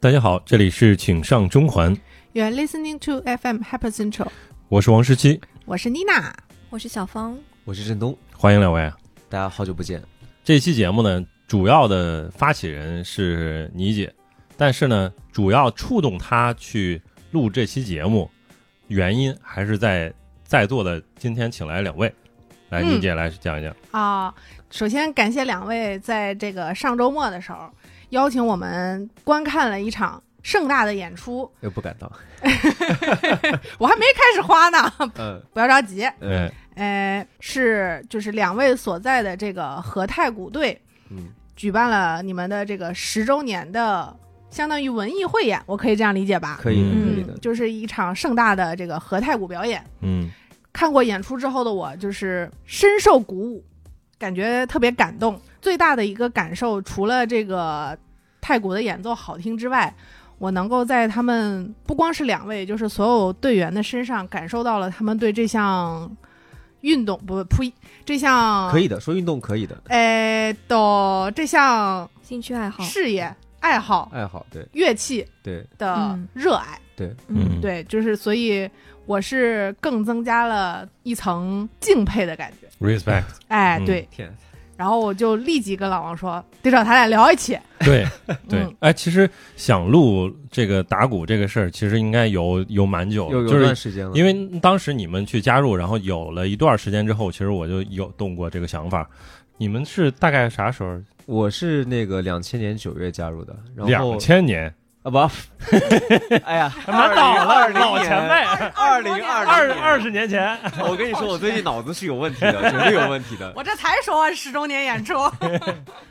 大家好，这里是请上中环， You are listening to FM Happy Central，我是王十七，我是妮娜。我是小芳，我是振东，欢迎两位。啊大家好久不见。这期节目呢，主要的发起人是倪姐，但是呢，主要触动她去录这期节目，原因还是在在座的今天请来两位，来，嗯倪姐来讲一讲。啊、首先感谢两位在这个上周末的时候邀请我们观看了一场盛大的演出，又不敢当，我还没开始花呢，嗯不要着急。嗯，呃，是就是两位所在的这个和泰鼓队嗯，举办了你们的这个十周年的，相当于文艺汇演，我可以这样理解吧？可以的，嗯可以的嗯，，就是一场盛大的这个和泰鼓表演。嗯，看过演出之后的我，就是深受鼓舞，感觉特别感动。最大的一个感受，除了这个太鼓的演奏好听之外，我能够在他们不光是两位，就是所有队员的身上感受到了他们对这项运动不呸这嗯项可以的，说运动可以的，哎的这项兴趣爱好，事业爱好爱好，对乐器对，的嗯热爱。嗯对，就是所以我是更增加了一层敬佩的感觉。 respect，哎，嗯对。天，然后我就立即跟老王说，得找他俩聊一起。 对 对嗯，哎，其实想录这个打鼓这个事儿，其实应该有有蛮久了，有有哦就是段时间了，因为为当时你们去加入，然后有了一段时间之后，其实我就有动过这个想法。你们是大概啥时候？我是那个两千年九月加入的，然后两千年，啊不，哎呀，蛮早了， 老前辈，二零二二二，十年前。我跟你说，我最近脑子是有问 题的，绝对有问题的，嗯我这才说十周年演出，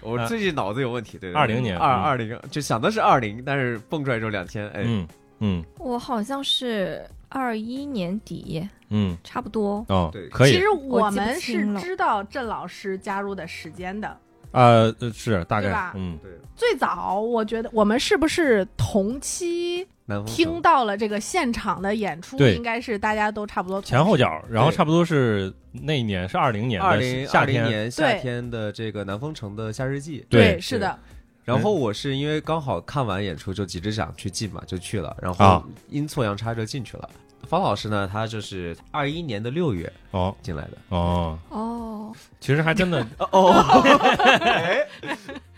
我最近脑子有问题，对，对20年二嗯二零就想的是二零，但是蹦出来之后两千，哎，嗯嗯我好像是二一年底，嗯，差不多。哦对， 可其以实，我我记们不是清了知道郑老师加入的时间的。呃，是大对概吧，嗯，对，最早，我觉得我们是不是同期南方听到了这个现场的演出？对应该是大家都差不多同时前后。脚，然后对差不多是那一年是二零年二的零夏二零天，年夏天的这个南风城的夏日祭，对，对是的，然后我是因为刚好看完演出就急着想去进嘛，就去了，然啊后阴错阳差就进去了。方老师呢，他就是二一年的六月哦进来的。哦，哦，其实还真 的哦，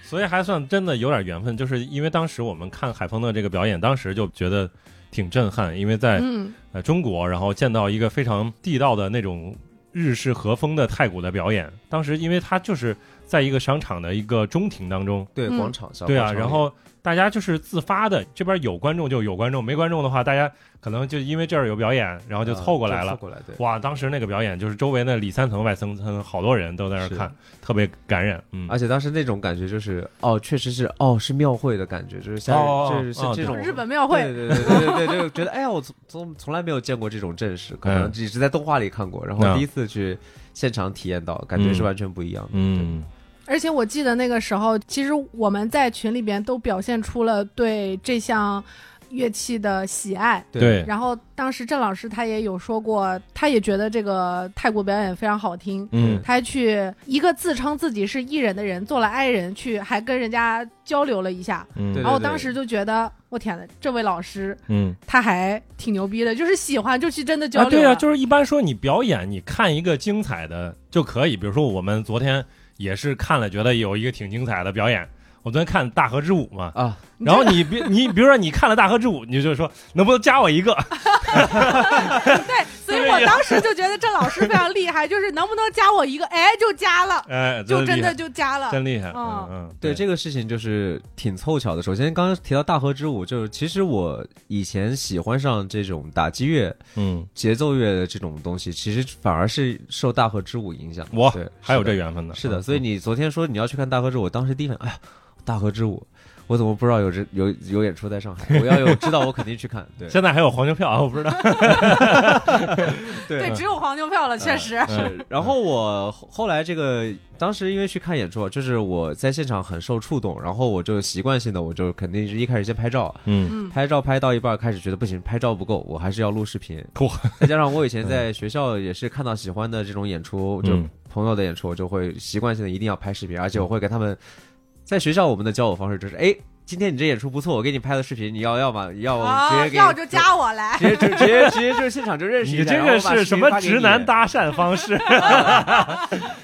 所以还算真的有点缘分，就是因为当时我们看海峰的这个表演，当时就觉得挺震撼，因为在、嗯，呃中国，然后见到一个非常地道的那种日式和风的太鼓的表演。当时因为他就是在一个商场的一个中庭当中，对，嗯广场小对广啊，场里然后大家就是自发的，这边有观众就有观众，没观众的话，大家可能就因为这儿有表演，然后就啊凑过来凑了。过来，对，哇，当时那个表演就是周围那里三层外三层，好多人都在那儿是啊看，特别感染。嗯，而且当时那种感觉就是，哦，确实是，哦，是庙会的感觉，就是夏日，哦就是是哦对这种日 本庙会，对对对对对对，就觉得哎呀，我从从从来没有见过这种阵势，可能嗯只是在动画里看过，然嗯后第一次去现场体验到，感觉是嗯完全不一样的。嗯，而且我记得那个时候，其实我们在群里边都表现出了对这项乐器的喜爱。对，然后当时郑老师他也有说过，他也觉得这个泰国表演非常好听。嗯他还去一个自称自己是艺人的人做了 I 人去，还跟人家交流了一下。嗯对然后我当时就觉得，我天呐，这位老师嗯。他还挺牛逼的，就是喜欢就去真的交啊，流对了、啊，就是一般说你表演，你看一个精彩的就可以。比如说我们昨天也是看了，觉得有一个挺精彩的表演。我昨天看《大河之舞》嘛，啊，然后你别你比如说 你看了《大河之舞》，你就说能不能加我一个？啊对，所以我当时就觉得郑老师非常厉害，就是能不能加我一个，哎，就加了， 哎，就真厉害的就加了。真厉害，嗯嗯嗯，对这个事情就是挺凑巧的。首先，刚刚提到大河之舞，就是其实我以前喜欢上这种打击乐、嗯，节奏乐的这种东西，其实反而是受大河之舞影响的。我对，还有这个缘分呢。是的。所以嗯你昨天说你要去看大河之舞，我当时第一反应，哎呀，大河之舞，我怎么不知道有这有有演出在上海？我要有知道，我肯定去看。对，现在还有黄牛票啊，我不知 道。对，只有黄牛票了，确实。嗯啊然后我后后来这个当时因为去看演出，啊就是我在现场很受触动，然后我就习惯性的我就肯定是一开始先拍照，嗯嗯，拍照拍到一半儿开始觉得不行，拍照不够，我还是要录视 频嚯。再加上我以前在学校也是看到喜欢的这种演出，就嗯朋友的演出，我就会习惯性的一定要拍视频，而且我会给他们。在学校，我们的交友方式就是，哎，今天你这演出不错，我给你拍的视频，你要要吗？要我直啊接，给要你就加我来。直接直直接 直接就是现场就认识一你下。这然后个我把视是频什么发给直你男嗯搭讪方 式？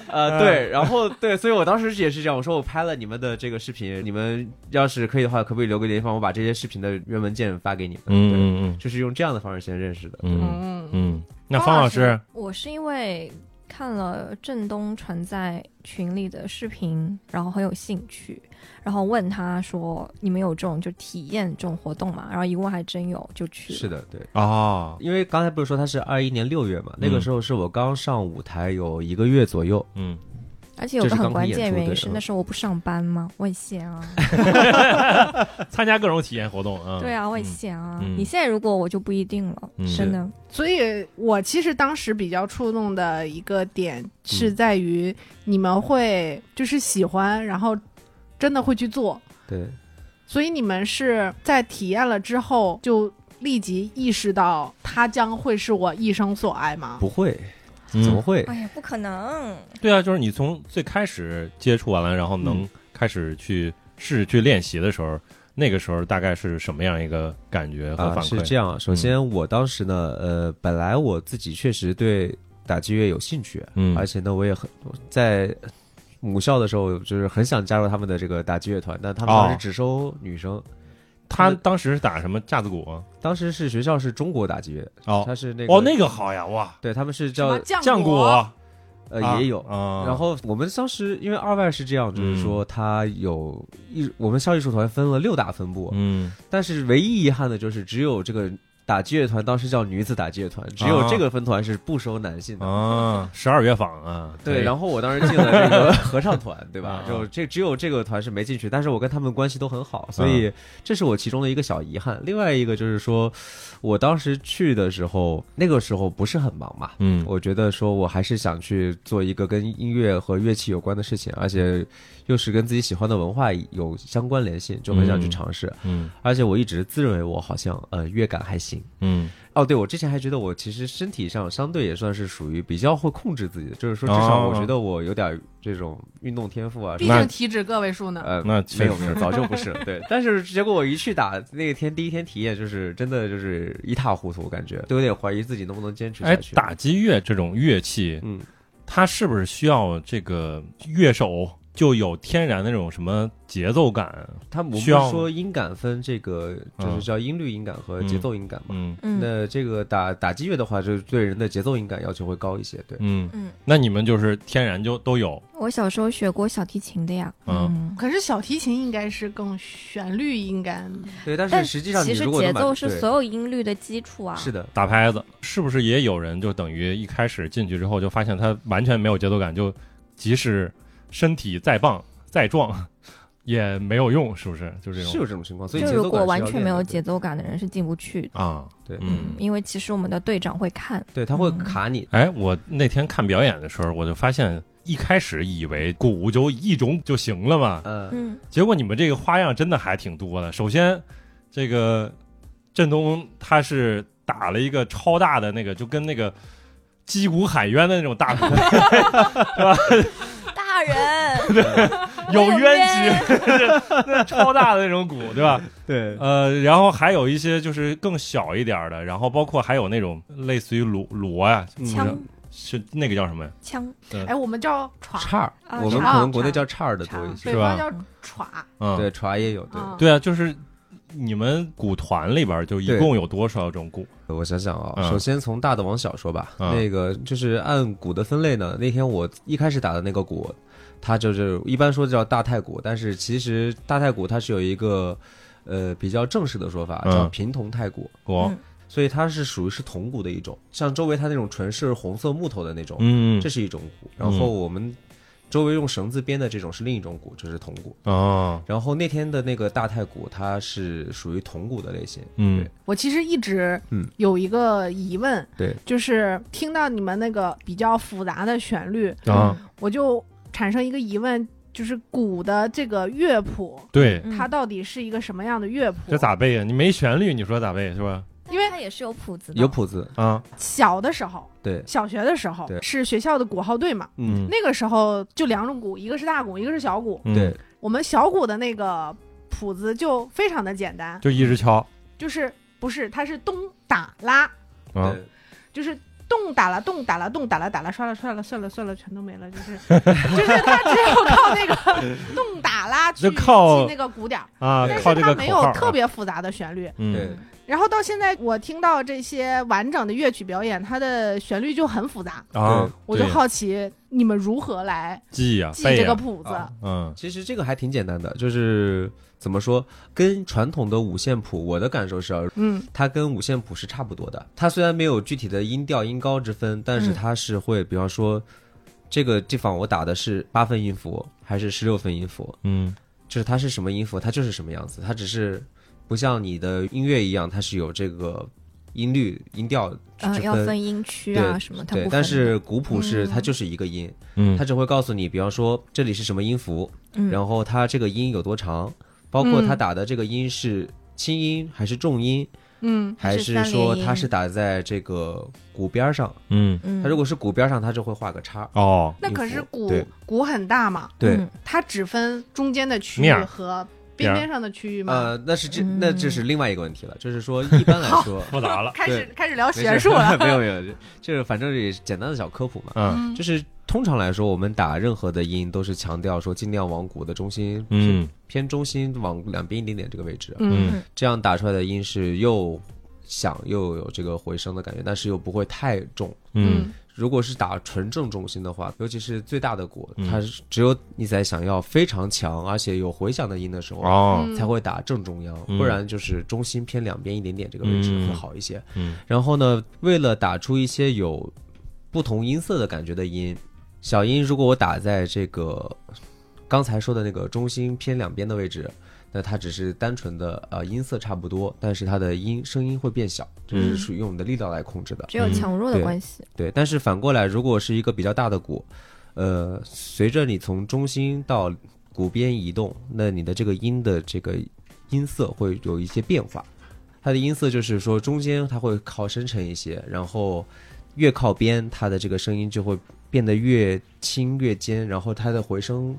呃，对，然后对，所以我当时也是这样，我说我拍了你们的这个视频，你们要是可以的话，可不可以留个联系方？我把这些视频的原文件发给你们。对，嗯嗯就是用这样的方式先认识的。嗯嗯嗯，嗯。那方老师，我是因为看了振东传在群里的视频，然后很有兴趣，然后问他说：“你们有这种就体验这种活动吗？”然后一问还真有，就去了。是的，对，哦，因为刚才不是说他是二一年六月嘛，那嗯个时候是我刚上舞台有一个月左右，嗯，而且有这个是很刚关毕业键出嗯原因对是嗯那时候我不上班嘛，外线啊，参加各种体验活动啊。对啊，外嗯线啊。嗯你现在如果我就不一定了，嗯真的。所以我其实当时比较触动的一个点是嗯在于你们会就是喜欢，然后真的会去做，对，所以你们是在体验了之后就立即意识到它将会是我一生所爱吗？不会，嗯怎么会？哎呀，不可能！对啊，就是你从最开始接触完了，然后嗯能开始去试去练习的时候，那个时候大概是什么样一个感觉和啊，反是馈？嗯这样。首先，我当时呢，呃，本来我自己确实对打击乐有兴趣，嗯而且呢，我也很在母校的时候，就是很想加入他们的这个打击乐团，但他们哦当时只收女生。他当时是打什么架子鼓啊？当时是学校是中国打击乐，哦他是那个哦，那个好呀，哇，对他们是什么叫酱酱鼓啊呃也有。啊。然后我们当时因为二外是这样，就是嗯说它有艺，我们校艺术团分了六大分部，嗯，但是唯一遗憾的就是只有这个打击乐团当时叫女子打击乐团，只有这个分团是不收男性的。啊，十二乐坊啊，对，后然后我当时进了这个合唱团，对 吧啊？就这只有这个团是没进去，但是我跟他们关系都很好，所以这是我其中的一个小遗憾。另外一个就是说，我当时去的时候，那个时候不是很忙嘛，嗯，我觉得说我还是想去做一个跟音乐和乐器有关的事情，而且又是跟自己喜欢的文化有相关联系，就很想去嗯尝试。嗯而且我一直自认为我好像呃乐感还行。嗯，哦，对，我之前还觉得我其实身体上相对也算是属于比较会控制自己的，就是说至少哦我觉得我有点这种运动天赋啊什毕么的。竟体脂个位数呢。呃，那没确有实没有，早就不是了。对，但是结果我一去打那天第一天体验，就是真的就是一塌糊涂，我感觉都有点怀疑自己能不能坚持哎下去。，打击乐这种乐器，嗯，它是不是需要这个乐手就有天然的那种什么节奏感？他我们需要说音感分这个就是嗯叫音律音感和节奏音感嘛。嗯嗯那这个打打击乐的话，就是对人的节奏音感要求会高一些。对，嗯，嗯，那你们就是天然就都有，我小时候学过小提琴的呀。嗯可是小提琴应该是更旋律，应该对，但但是实际上你其实如果节能把奏对是所有音律的基础啊。是的，打拍子，是不是也有人就等于一开始进去之后就发现他完全没有节奏感，就即使身体再棒再壮也没有用，是不是？就这是种有这种情况，所以就节如奏感果是完要全练没有的节，奏感的人是进不去的。啊，对，对嗯。因为其实我们的队长会看，对，他会卡你。哎，我那天看表演的时候，我就发现一开始以为鼓就一种就行了嘛，呃，嗯，结果你们这个花样真的还挺多的。首先，这个振东他是打了一个超大的那个，就跟那个击鼓喊冤的那种大鼓，大人 有有冤屈，超大的 那种鼓，对吧？对，呃，然后还有一些就是更小一点儿的，然后包括还有那种类似于锣锣呀， 嗯枪是那个叫什么呀？枪哎，我们叫歘，叉儿，啊我们叉儿可能国内叉叫叉儿的叉多一些。北是吧方叫歘。嗯，对，叉儿也有。对，啊对啊，就是你们鼓团里边儿就一对共有多少种鼓？我想想啊，嗯首先从大的往小说吧。嗯那个就是按鼓的分类呢，那天我一开始打的那个鼓，它就是一般说叫大太鼓，但是其实大太鼓它是有一个呃比较正式的说法，嗯叫平铜太鼓。我嗯所以它是属于是铜鼓的一种，像周围它那种纯是红色木头的那种，嗯这是一种鼓。然后我们周围用绳子编的这种是另一种鼓，这是铜鼓。哦，然后那天的那个大太鼓，它是属于铜鼓的类型。嗯对我其实一直嗯有一个疑问，对，就是听到你们那个比较复杂的旋律，嗯啊，嗯我就产生一个疑问，就是鼓的这个乐谱，对，嗯它到底是一个什么样的乐谱？这咋背啊？你没旋律，你说咋背是吧？因为它也是有谱子的，有谱子，啊，小的时候，对，小学的时候对是学校的鼓号队嘛，嗯那个时候就两种鼓，一个是大鼓，一个是小鼓。嗯对，我们小鼓的那个谱子就非常的简单，就一直敲就是不是它是咚打拉，啊，就是动打了，动打了，动打了，打了，刷了，刷了，算了，算了，全都没了，就是就是他只有靠 那个动打拉去就靠记那个鼓点儿，啊，但靠是这他个没口有号特啊，别复杂的旋律。对嗯，然后到现在，我听到这些完整的乐曲表演，它的旋律就很复杂，啊对，我就对好奇你们如何来记呀，记背这个呀，谱子。啊嗯其实这个还挺简单的，就是怎么说，跟传统的五线谱，我的感受是啊，嗯它跟五线谱是差不多的。它虽然没有具体的音调音高之分，但嗯是它是会，比方说，这个地方我打的是八分音符还是十六分音符，嗯就是它是什么音符，它就是什么样子，它只是不像你的音乐一样，它是有这个音律音调之呃，分。要分音区啊对什么，它对不，分但的是古谱是它嗯就是一个音，嗯它只会告诉你，比方说这里是什么音符，嗯，然后它这个音有多长，包括嗯它打的这个音是轻音还是重音，嗯还是是三连说它音是打在这个鼓边儿上？嗯，嗯，它如果是鼓边儿上，它就会画个叉。哦，那可是音符鼓对鼓很大嘛，对，嗯它只分中间的区域面儿和边边儿边上的区域吗？呃，那是这那这是另外一个问题了，就是说一般来说复杂了，开始对开始聊没事学 术了。 没有没有，就是反正也是简单的小科普嘛。嗯就是通常来说，我们打任何的音都是强调说尽量往鼓的中心，嗯偏中心往两边一点点这个位置，嗯这样打出来的音是又响又有这个回声的感觉，但是又不会太重。嗯如果是打纯正重心的话，尤其是最大的鼓，嗯它是只有你在想要非常强而且有回响的音的时候，哦嗯嗯才会打正中央，嗯不然就是中心偏两边一点点这个位置嗯会好一些。嗯然后呢，为了打出一些有不同音色的感觉的音，小音如果我打在这个刚才说的那个中心偏两边的位置，那它只是单纯的呃音色差不多，但是它的音声音会变小，这嗯是属于用我们的力道来控制的。只有强弱的嗯对关系，对，但是反过来，如果是一个比较大的鼓，呃，随着你从中心到鼓边移动，那你的这个音的这个音色会有一些变化。它的音色就是说，中间它会靠深沉一些，然后越靠边，它的这个声音就会变得越轻越尖，然后它的回声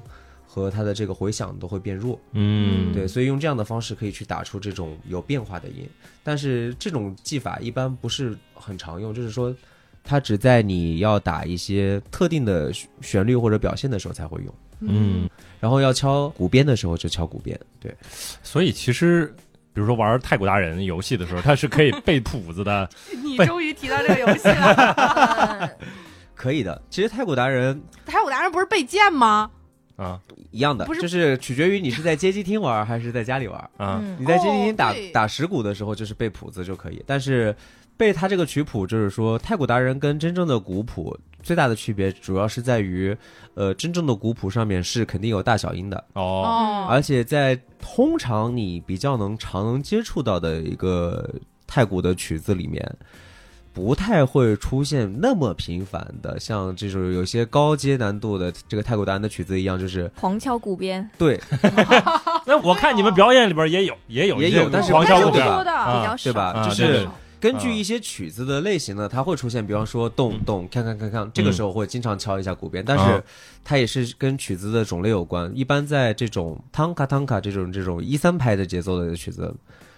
和它的这个回响都会变弱。嗯，对，所以用这样的方式可以去打出这种有变化的音，但是这种技法一般不是很常用，就是说它只在你要打一些特定的旋旋律或者表现的时候才会用，嗯，然后要敲鼓边的时候就敲鼓边，对，所以其实。比如说玩太古达人游戏的时候，它是可以背谱子的，你对终于提到这个游戏了。可以的。其实太鼓达人太古达人不是被剑吗？啊一样的，不是就是取决于你是在街机厅玩儿还是在家里玩儿。啊， 嗯你在街机厅打、哦对打石鼓的时候，就是背谱子就可以，但是背他这个曲谱，就是说太古达人跟真正的古谱最大的区别，主要是在于，呃，真正的古谱上面是肯定有大小音的，哦，哦，嗯而且在通常你比较能常能接触到的一个太古的曲子里面。不太会出现那么频繁的，像这种有些高阶难度的这个太古达人的曲子一样，就是狂敲鼓边对那我看你们表演里边也有，也有也一些有但是黄但小是鼓不的多的，比啊较少，对吧？ 啊就是、对是根嗯据一些曲子的类型呢，它会出现，比方说咚咚、看看看看，嗯这个时候会经常敲一下鼓边，但啊是它也是跟曲子的种类有关。一般在这种汤卡汤卡这种这种一三拍的节奏的曲子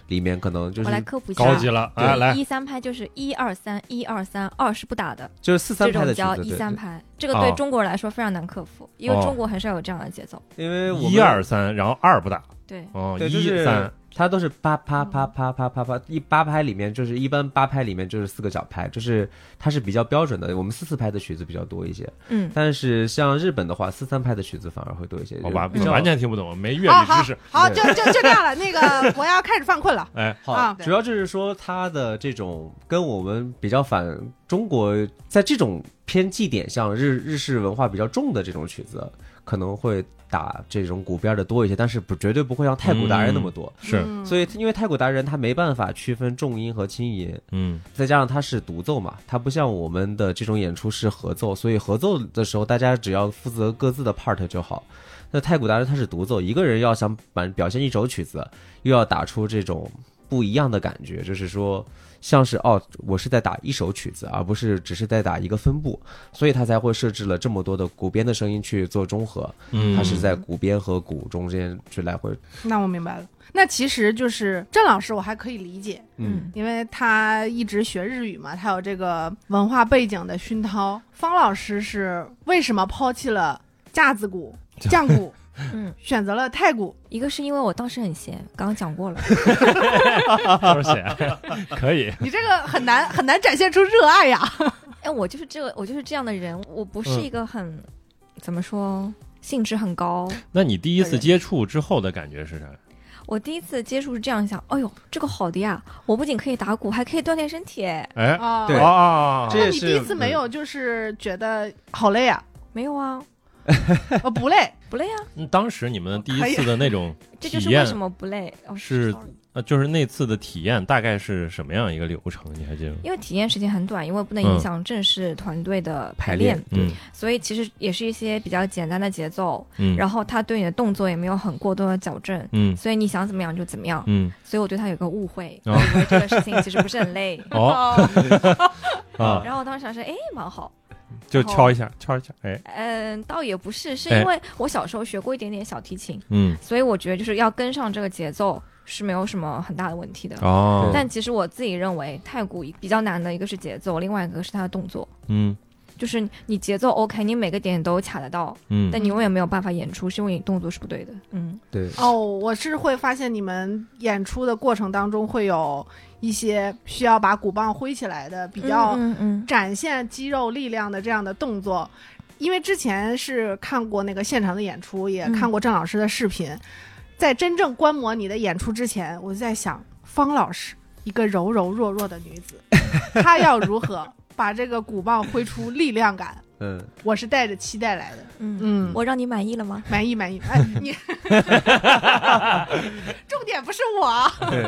里面，可能就是我来科普一下，高级了，哎来，一三拍就是一二三一二三，二是不打的，就是四三这拍种的曲叫子，一对三对，拍，这个哦对中国人来说非常难克服，因哦为中国很少有这样的节奏。因为我们一二三，然后二不打，对，哦，对就一是三，它都是八啪啪啪啪啪啪，一八拍里面就是一般八拍里面就是四个小拍，就是它是比较标准的。我们四四拍的曲子比较多一些，嗯，但是像日本的话，四三拍的曲子反而会多一些。好吧，比较完全听不懂，没粤好语好知识，好，就就就这样了。那个我要开始犯困了。哎，好，啊对主要就是说它的这种跟我们比较反中国，在这种偏祭典像日日式文化比较重的这种曲子，可能会打这种鼓边的多一些，但是不绝对不会像太鼓达人那么多。是，嗯所以，因为太鼓达人他没办法区分重音和轻音，嗯再加上它是独奏嘛，它不像我们的这种演出是合奏，所以合奏的时候大家只要负责各自的 part 就好。那太古达人他是独奏，一个人要想把表现一首曲子，又要打出这种不一样的感觉，就是说像是哦，我是在打一首曲子，而不是只是在打一个分部，所以它才会设置了这么多的鼓边的声音去做中和，嗯，它是在鼓边和鼓中间去来回，那我明白了。那其实就是郑老师，我还可以理解，嗯，因为他一直学日语嘛，他有这个文化背景的熏陶。方老师是为什么抛弃了架子鼓、降鼓，嗯，选择了太鼓？一个是因为我当时很闲，刚刚讲过了， 都是写 可以，你这个很难很难展现出热爱呀。哎，我就是这个，我就是这样的人，我不是一个很、怎么说兴致很高。那你第一次接触之后的感觉是啥？我第一次接触是这样想，哎呦，这个好的呀！我不仅可以打鼓，还可以锻炼身体。哎，啊，对哦，这那也你是第一次嗯没有就是觉得好累 啊？没有啊，呃，不累，不累啊，嗯当时你们第一次的那种这就是体验为什么不累。哦，是 sorry 呃，就是那次的体验大概是什么样一个流程？你还记得吗？因为体验时间很短，因为不嗯能影响正式团队的排排练练，嗯所以其实也是一些比较简单的节奏，嗯，然后他对你的动作也没有很过多的矫正，嗯所以你想怎么样就怎么样。 嗯所以我对他有个误会，哦我以为这个事情其实不是很累。哦 啊，然后我当时想说，哎，蛮好，就敲一下，敲一下，哎，嗯，倒也不是，是哎因为我小时候学过一点点小提琴，嗯所以我觉得就是要跟上这个节奏是没有什么很大的问题的。哦，但其实我自己认为，太鼓比较难的一个是节奏，另外一个是它的动作。嗯就是你节奏 OK，你每个点都卡得到，嗯，但你永远没有办法演出，是因为你动作是不对的。嗯，对， 哦，我是会发现你们演出的过程当中会有一些需要把鼓棒挥起来的比较嗯嗯展现肌肉力量的这样的动作。因为之前是看过那个现场的演出，也嗯看过郑老师的视频，在真正观摩你的演出之前，我就在想，方老师一个柔柔弱弱的女子，她要如何把这个鼓棒挥出力量感？嗯，我是带着期待来的，嗯嗯，嗯，我让你满意了吗？满意满意。哎，你 重点不是我， 对，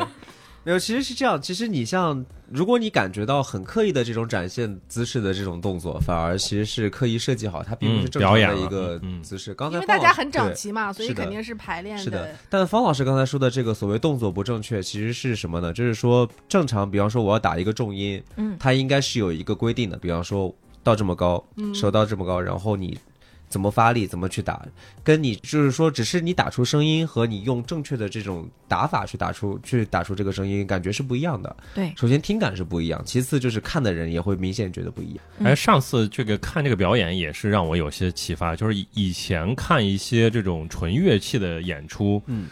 没有，其实是这样。其实你像，如果你感觉到很刻意的这种展现姿势的这种动作，反而其实是刻意设计好，它并不是嗯正常表演的了一个嗯嗯姿势。刚才因为大方老家师很整。齐嘛，所以是的肯定是排练对是的，但方老师刚才说的这个所谓动作不正确，其实是什么呢？就是说，正常，比方说我要打一个重音，嗯它应该是有一个规定的，比方说到这么高，嗯手到这么高，然后你怎么发力，怎么去打，跟你就是说，只是你打出声音和你用正确的这种打法去打出去打出这个声音，感觉是不一样的。对，首先听感是不一样，其次就是看的人也会明显觉得不一样。嗯哎，上次这个看这个表演也是让我有些启发，就是以以前看一些这种纯乐器的演出，嗯，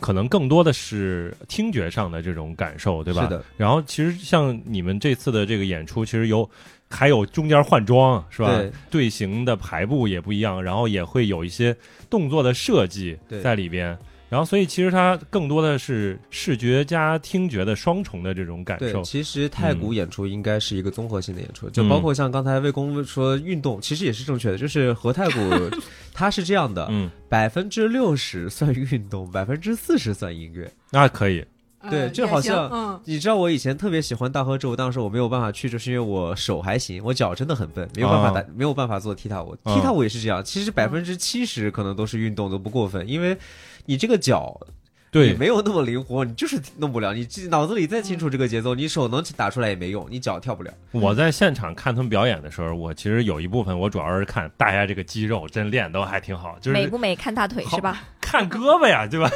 可能更多的是听觉上的这种感受，对吧？是的。然后其实像你们这次的这个演出，其实有还有中间换装是吧？对队形的排布也不一样，然后也会有一些动作的设计对在里边。然后，所以其实它更多的是视觉加听觉的双重的这种感对，受。嗯其实太鼓演出应该是一个综合性的演出，就包括像刚才魏公说运动，其实也是正确的，就是 和太鼓它是这样的，嗯，百分之六十算运动，百分之四十算音乐。那可以。对呃就也好行像 嗯，你知道我以前特别喜欢大合奏，当时我没有办法去，就是因为我手还行，我脚真的很笨，没有办法打，没有办法做踢踏舞。哦踢踏舞也是这样，其实百分之七十可能都是运动，都不过分，因为你这个脚也对，没有那么灵活，你就是弄不了。你记脑子里再清楚这个节奏，你手能打出来也没用，你脚跳不了。我在现场看他们表演的时候，我其实有一部分我主要是看大家这个肌肉真练都还挺好，就美是不美看大腿好是吧？看胳膊呀，对 吧？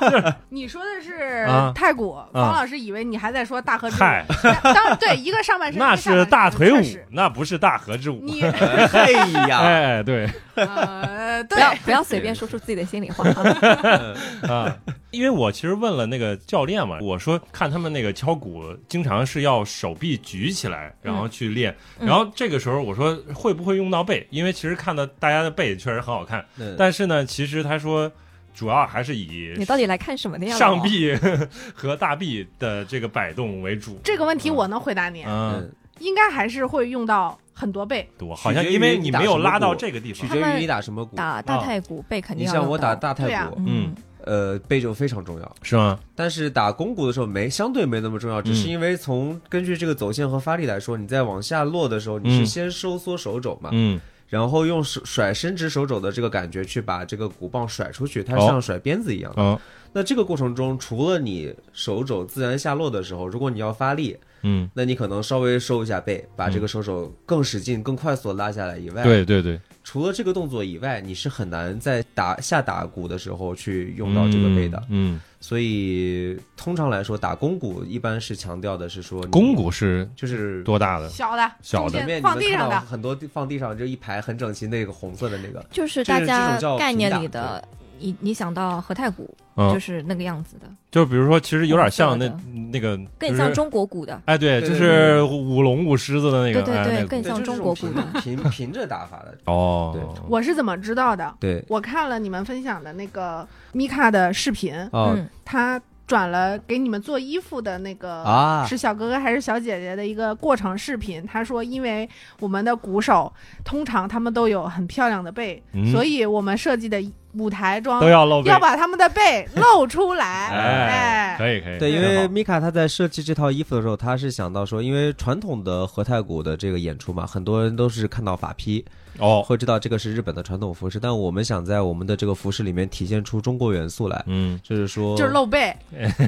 哦，你说的是啊太鼓，王老师以为你还在说大合唱。嗨，当然对，一个上半 身，那一个是下半身大腿确舞实，那不是大合之舞。你 嘿呀，哎，对呃，不对，要不要随便说出自己的心里话啊！ 啊，因为我其实问了那个教练嘛，我说看他们那个敲鼓，经常是要手臂举起来，然后去练。嗯然后这个时候我说会不会用到背？因为其实看到大家的背确实很好看，嗯但是呢，其实他说主要还是以你到底来看什么的呀？上我臂 和大臂的这个摆动为主。 这个问题我能回答你，嗯，嗯，应该还是会用到很多倍。多好像因为你没有拉到这个地取方，决于你打什么鼓。打大太鼓背肯你定要像用我打到大太对啊鼓，嗯嗯呃，背就非常重要。是吗？但是打肱骨的时候没相对没那么重要，只是嗯因为从根据这个走线和发力来说，你在往下落的时候，你是先收缩手肘嘛，嗯，然后用手甩伸直手肘的这个感觉去把这个鼓棒甩出去，它是哦像甩鞭子一样的。哦，那这个过程中，除了你手肘自然下落的时候，如果你要发力，嗯，那你可能稍微收一下背，把这个手肘更使劲、更快速的拉下来以外，，对对对，除了这个动作以外，你是很难在打下打鼓的时候去用到这个背的。嗯，所以通常来说，打肱骨一般是强调的是说你肱骨是就是多大的？小的小的中前面间你放地能看上的，到很多地放地上就一排很整齐那个红色的那个，就是这大是这家种叫概念平打里的，你你想到和太鼓嗯就，是那个样子的，就是比如说，其实有点像那红色那个，嗯更就是像中国鼓的，哎，对，对就对对是舞龙舞狮子的那个，对对哎对那个更鼓像对中国就是古这种平 平平着打法的。哦，我是怎么知道的？对我看了你们分享的那个米卡的视频，啊、嗯，他转了给你们做衣服的那个哦啊，是小哥哥还是小姐姐的一个过程视频。他说，因为我们的鼓手通常他们都有很漂亮的背，嗯所以我们设计的舞台装都要露背要，把他们的背露出来。哎哎，可以可以，对，因真为好米卡他在设计这套衣服的时候，他是想到说，因为传统的和太鼓的这个演出嘛，很多人都是看到法披，哦，会知道这个是日本的传统服饰，但我们想在我们的这个服饰里面体现出中国元素来，嗯，就是说，就是露背，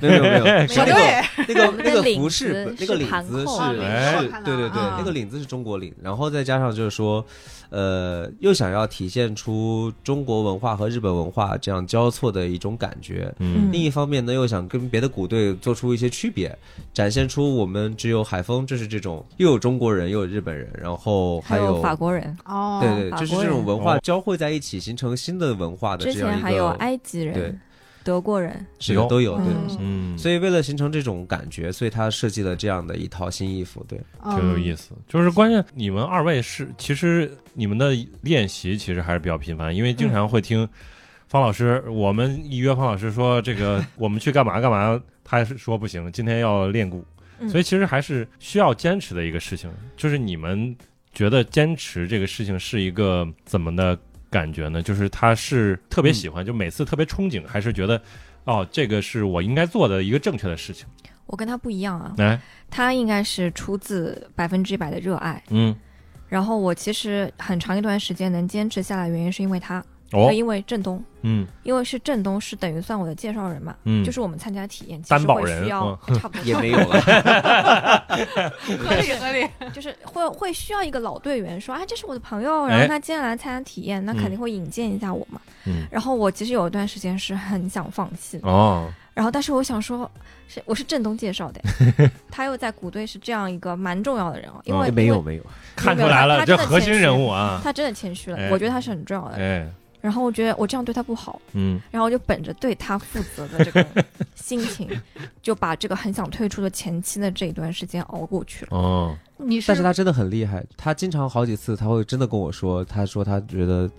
没有没有没 有，是我那对个那个我们的那个领服子饰本，那是个领盘子扣是啊哎是，对对对啊，那个领子是中国领，然后再加上就是说，呃，又想要体现出中国文化和日本文化这样交错的一种感觉，嗯另一方面呢，又想跟别的鼓队做出一些区别，展现出我们只有海风就是这种又有中国人又有日本人，然后还有有法国人，哦，对对，法就是国这种人文化哦交汇在一起，形成新的文化的之这样前一还有个，埃及对人、德国人，是的嗯都有对。嗯嗯，所以为了形成这种感觉，所以他设计了这样的一套新衣服。对，挺有意思。思。就是关键，你们二位是其实你们的练习其实还是比较频繁，因为经常会听方老师，我们一约方老师说这个我们去干嘛干嘛，他是说不行，今天要练鼓，嗯所以其实还是需要坚持的一个事情。就是你们觉得坚持这个事情是一个怎么的感觉呢？就是他是特别喜欢，就每次特别憧憬，还是觉得哦，这个是我应该做的一个正确的事情。我跟他不一样啊，来，他应该是出自百分之一百的热爱。嗯，然后我其实很长一段时间能坚持下来，原因是因为他，哦和，因为振东，嗯因为是振东是等于算我的介绍人嘛，嗯，就是我们参加体验，其担实保会人嗯需要差不多 也没有 了。合理合理。就是会会需要一个老队员说，啊，这是我的朋友，哎然后他今天来参加体验，那肯嗯定会引荐一下我嘛。嗯然后我其实有一段时间是很想放弃，哦，然后但是我想说，是我是振东 介绍的，他又在鼓队是这样一个蛮重要的人哦，嗯因为、没有。没有，看出来了，他真这的嗯核心谦虚人物啊，他真的谦虚了，哎我觉得他是很重要的。人。哎，然后我觉得我这样对他不好，嗯然后我就本着对他负责的这 个心情，就把这个很想退出的前期的这一段时间熬过去了。哦，你是但是他真的很厉害，他经常好几次他会真的跟我说，他说他觉得。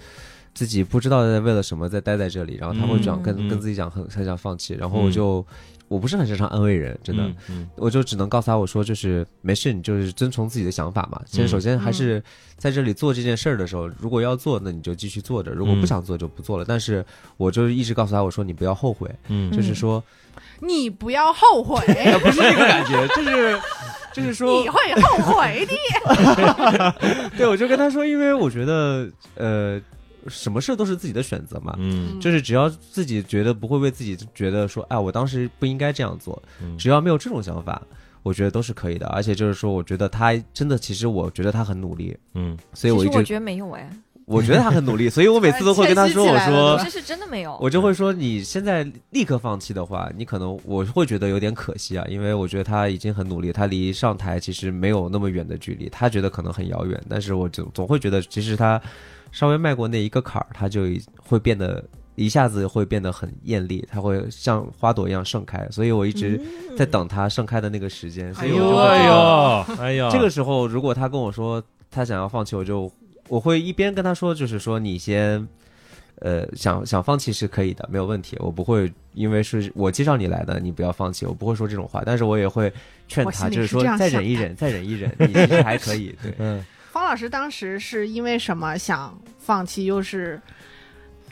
自己不知道在为了什么在待在这里，然后他会讲嗯跟、嗯跟自己讲很很想放弃，然后我就、我不是很擅长安慰人，真的，嗯，嗯我就只能告诉他我说就是没事，你就是遵从自己的想法嘛。其实首先还是在这里做这件事儿的时候，如果要做，那你就继续做着；如果不想做就不做了。但是我就一直告诉他我说你不要后悔，嗯就是 说你不要后 悔，哎不是这个感 觉，就是就是说你会后悔的。对，我就跟他说，因为我觉得呃，什么事都是自己的选择嘛。嗯就是只要自己觉得不会为自己觉得说，哎，我当时不应该这样做，嗯只要没有这种想法，我觉得都是可以的。而且就是说，我觉得他真的，其实我觉得他很努力，嗯，所以我其一实我直觉得没有哎，我 觉得他很努力，所以我每次都会跟他说，我我说这是真的没有。我就会说，你现在立刻放弃的话，你可能我会觉得有点可惜啊，因为我觉得他已经很努力，他离上台其实没有那么远的距离，他觉得可能很遥远，但是我总总会觉得，其实他稍微迈过那一个坎儿，他就已会变得。一下子会变得很艳丽，他会像花朵一样盛开，所以我一直在等他盛开的那个时间。所以我就嗯会哎啊呦， 哎呦，这个时候，如果他跟我说他想要放弃，我就我会一边跟他说，就是说你先，呃，想想放弃是可以的，没有问题，我不会因为是我介绍你来的，你不要放弃，我不会说这种话，但是我也会劝我他，心里就是是说这样再想忍一忍，再忍一忍，你其实还可以，对，嗯，方老师当时是因为什么想放弃，又是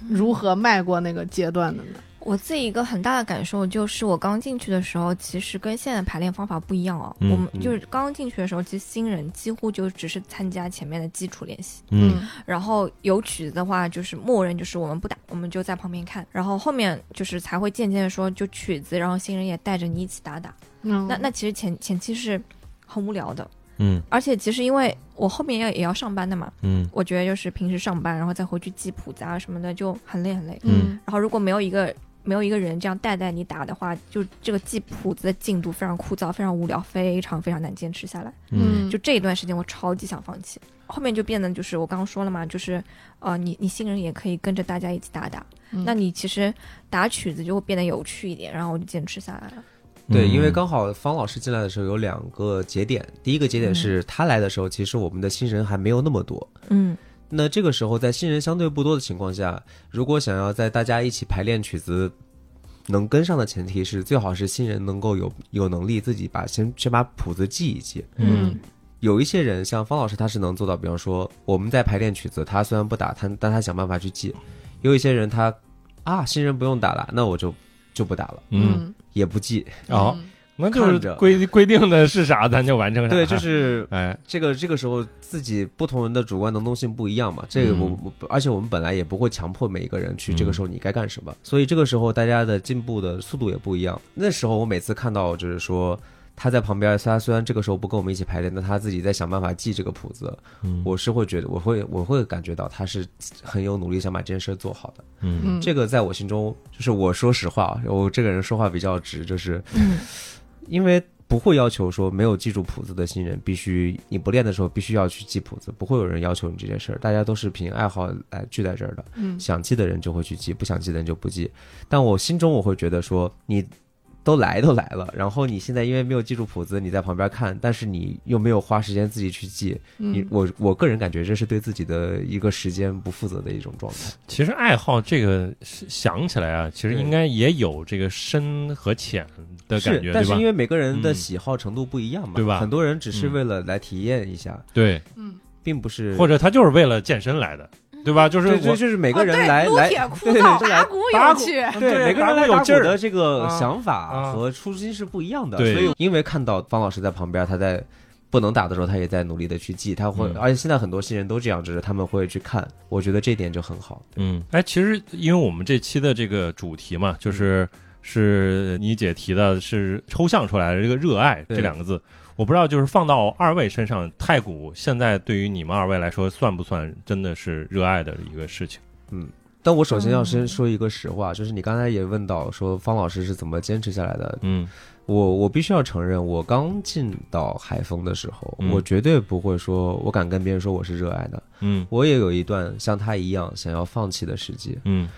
如何迈过那个阶段的呢？我自己一个很大的感受就是，我刚进去的时候，其实跟现在排练方法不一样哦。嗯我们嗯就是刚进去的时候，其实新人几乎就只是参加前面的基础练习，嗯然后有曲子的话，就是默认就是我们不打，我们就在旁边看，然后后面就是才会渐渐的说就曲子，然后新人也带着你一起打打。嗯，那那其实前前期是很无聊的，嗯而且其实因为我后面要也要上班的嘛，嗯我觉得就是平时上班，然后再回去记谱子啊什么的，就很累很累。嗯然后如果没有一个没有一个人这样带带你打的话，就这个记谱子的进度非常枯燥，非常无聊，非常非常难坚持下来。嗯就这一段时间，我超级想放弃。后面就变得就是我刚刚说了嘛，就是呃，你你新人也可以跟着大家一起打打，嗯那你其实打曲子就会变得有趣一点，然后我就坚持下来了。对，因为嗯刚好方老师进来的时候有两个节点，第一个嗯节点是他来的时候，其实我们的新人还没有那么多。嗯，那这个时候，在新人相对不多的情况下，如果想要在大家一起排练曲子，能跟上的前提是最好是新人能够有有能力自己把先先把谱子记一记。嗯有一些人像方老师，他是能做到，比方说我们在排练曲子，他虽然不打，他但他想办法去记。有一些人他啊，新人不用打了，那我就就不打了，嗯，也不记。 哦，那就看是着规规定的是啥，咱就完成啥。对，就是 哎，这个这个时候自己不同人的主观能动性不一样嘛，这个我、我而且我们本来也不会强迫每一个人去嗯这个时候你该干什么，所以这个时候大家的进步的速度也不一样。那时候我每次看到就是说他在旁边，他虽然这个时候不跟我们一起排练，但他自己在想办法记这个谱子，嗯我是会觉得我会我会感觉到他是很有努力想把这件事做好的。嗯嗯这个在我心中，就是我说实话啊，我这个人说话比较直，就是，嗯因为不会要求说没有记住谱子的新人必须你不练的时候必须要去记谱子，不会有人要求你这件事儿，大家都是凭爱好来聚在这儿的，嗯想记的人就会去记，不想记的人就不记。但我心中我会觉得说你。都来都来了，然后你现在因为没有记住谱子，你在旁边看，但是你又没有花时间自己去记，你嗯，我我个人感觉这是对自己的一个时间不负责的一种状态。其实爱好这个是想起来啊，其实应该也有这个深和浅的感觉，是，但对是因吧？为每个人的嗯喜好程度不一样嘛，对吧很多人只是为了来体验一下，对，嗯并不是或者他就是为了健身来的，对吧？就是对，就我就是每每个人来撸来铁枯对对燥，就打来鼓打有鼓趣，对每个打人来鼓有打鼓劲儿的这个啊想法啊和初心是不一样的，对所以因为看到方老师在旁边，他在。不能打的时候，他也在努力的去记，他会，嗯而且现在很多新人都这样，只是他们会去看，我觉得这点就很好。嗯，哎，其实因为我们这期的这个主题嘛，就是是你姐提的是抽象出来的这个热爱对这两个字，我不知道就是放到二位身上，太古现在对于你们二位来说，算不算真的是热爱的一个事情？但我首先要先嗯说一个实话，就是你刚才也问到说方老师是怎么坚持下来的，嗯我我必须要承认，我刚进到海丰的时候，嗯我绝对不会说，我敢跟别人说我是热爱的。嗯我也有一段像他一样想要放弃的时期，嗯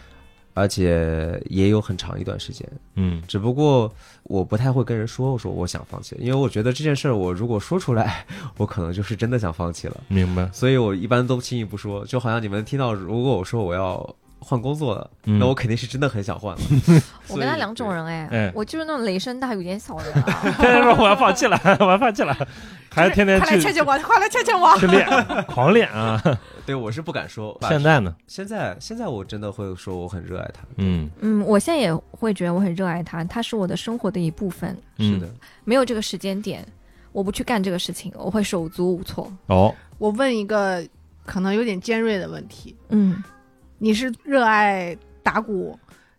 而且也有很长一段时间。嗯只不过我不太会跟人说，我说我想放弃，因为我觉得这件事儿，我如果说出来， 我可能就是真的想放弃了。明白。所以我一般都轻易不说。就好像你们听到，如果我说我要换工作了，嗯那我肯定是真的很想换了。我跟他两种人哎，哎我就是那种雷声大雨点小的人、啊，天天说我要放弃了， 我要放弃了，还天天快来去劝劝我，快来劝劝我。去练，狂练啊！对我是不敢说。 现在呢？现在现在我真的会说我很热爱他。嗯，嗯，我现在也会觉得我很热爱他，他是我的生活的一部分。嗯是的，没有这个时间点，我不去干这个事情，我会手足无措。哦，我问一个可能有点尖锐的问题：嗯，你是热爱打鼓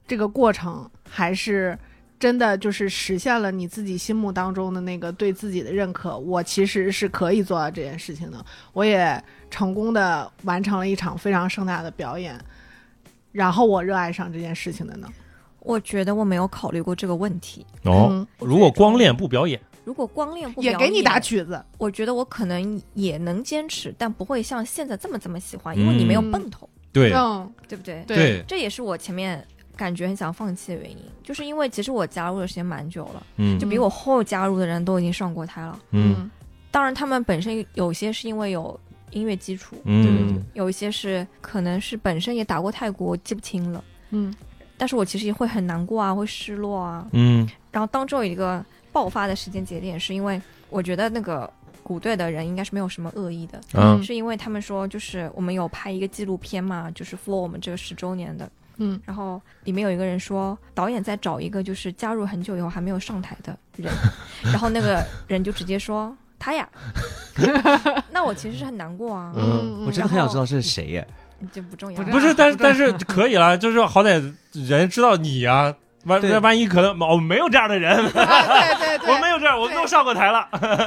这个过程，还是真的就是实现了你自己心目当中的那个对自己的认可？我其实是可以做到这件事情的，我也成功的完成了一场非常盛大的表演，然后我热爱上这件事情的呢？我觉得我没有考虑过这个问题。哦，嗯，如果光练不表演，如果光练不也表给演你打，曲子，我觉得我可能也能坚持，但不会像现在这么这么喜欢，因为你没有奔头，对嗯，对不对？对，这也是我前面感觉很想放弃的原因，就是因为其实我加入的时间蛮久了，嗯就比我后加入的人都已经上过台了。嗯当然，他们本身有些是因为有音乐基础，嗯有一些是可能是本身也打过泰国，记不清了。嗯但是我其实也会很难过啊，会失落啊。嗯然后当中有一个爆发的时间节点，是因为我觉得那个鼓队的人应该是没有什么恶意的，嗯是因为他们说就是我们有拍一个纪录片嘛，就是 for 我们这个十周年的，嗯，然后里面有一个人说，导演在找一个就是加入很久以后还没有上台的 人，然后那个人就直接说他呀，那我其实是很难过啊，嗯我真的很想知道是谁耶。这不重要，不知道 不是，但是但是可以了，就是好歹人知道你 啊。万对那万一可能哦，没有这样的人， 啊对对 对，我没有这样，我对都上过台了，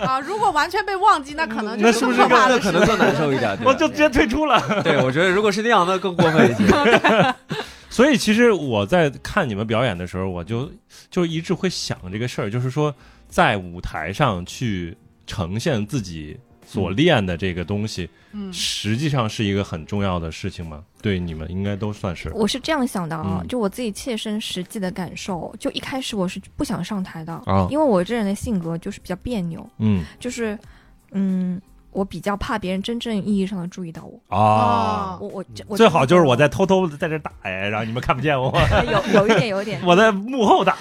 啊，如果完全被忘记，那可能就那是更不是可怕那的事可能情更难受 一点？对吧 我就直接退出了。对，我觉得如果是那样，那更过分一些。所以其实我在看你们表演的时候，我就就一直会想这个事儿，就是说在舞台上去呈现自己所练的这个东西，嗯实际上是一个很重要的事情嘛。对你们应该都算是。我是这样想的啊，嗯就我自己切身实际的感受，就一开始我是不想上台的，啊因为我这人的性格就是比较别扭，嗯就是嗯，我比较怕别人真正意义上的注意到我，啊，我我我最好就是我在偷偷的在这打呀，然后你们看不见我，有 有一点有一 点，我在幕后打。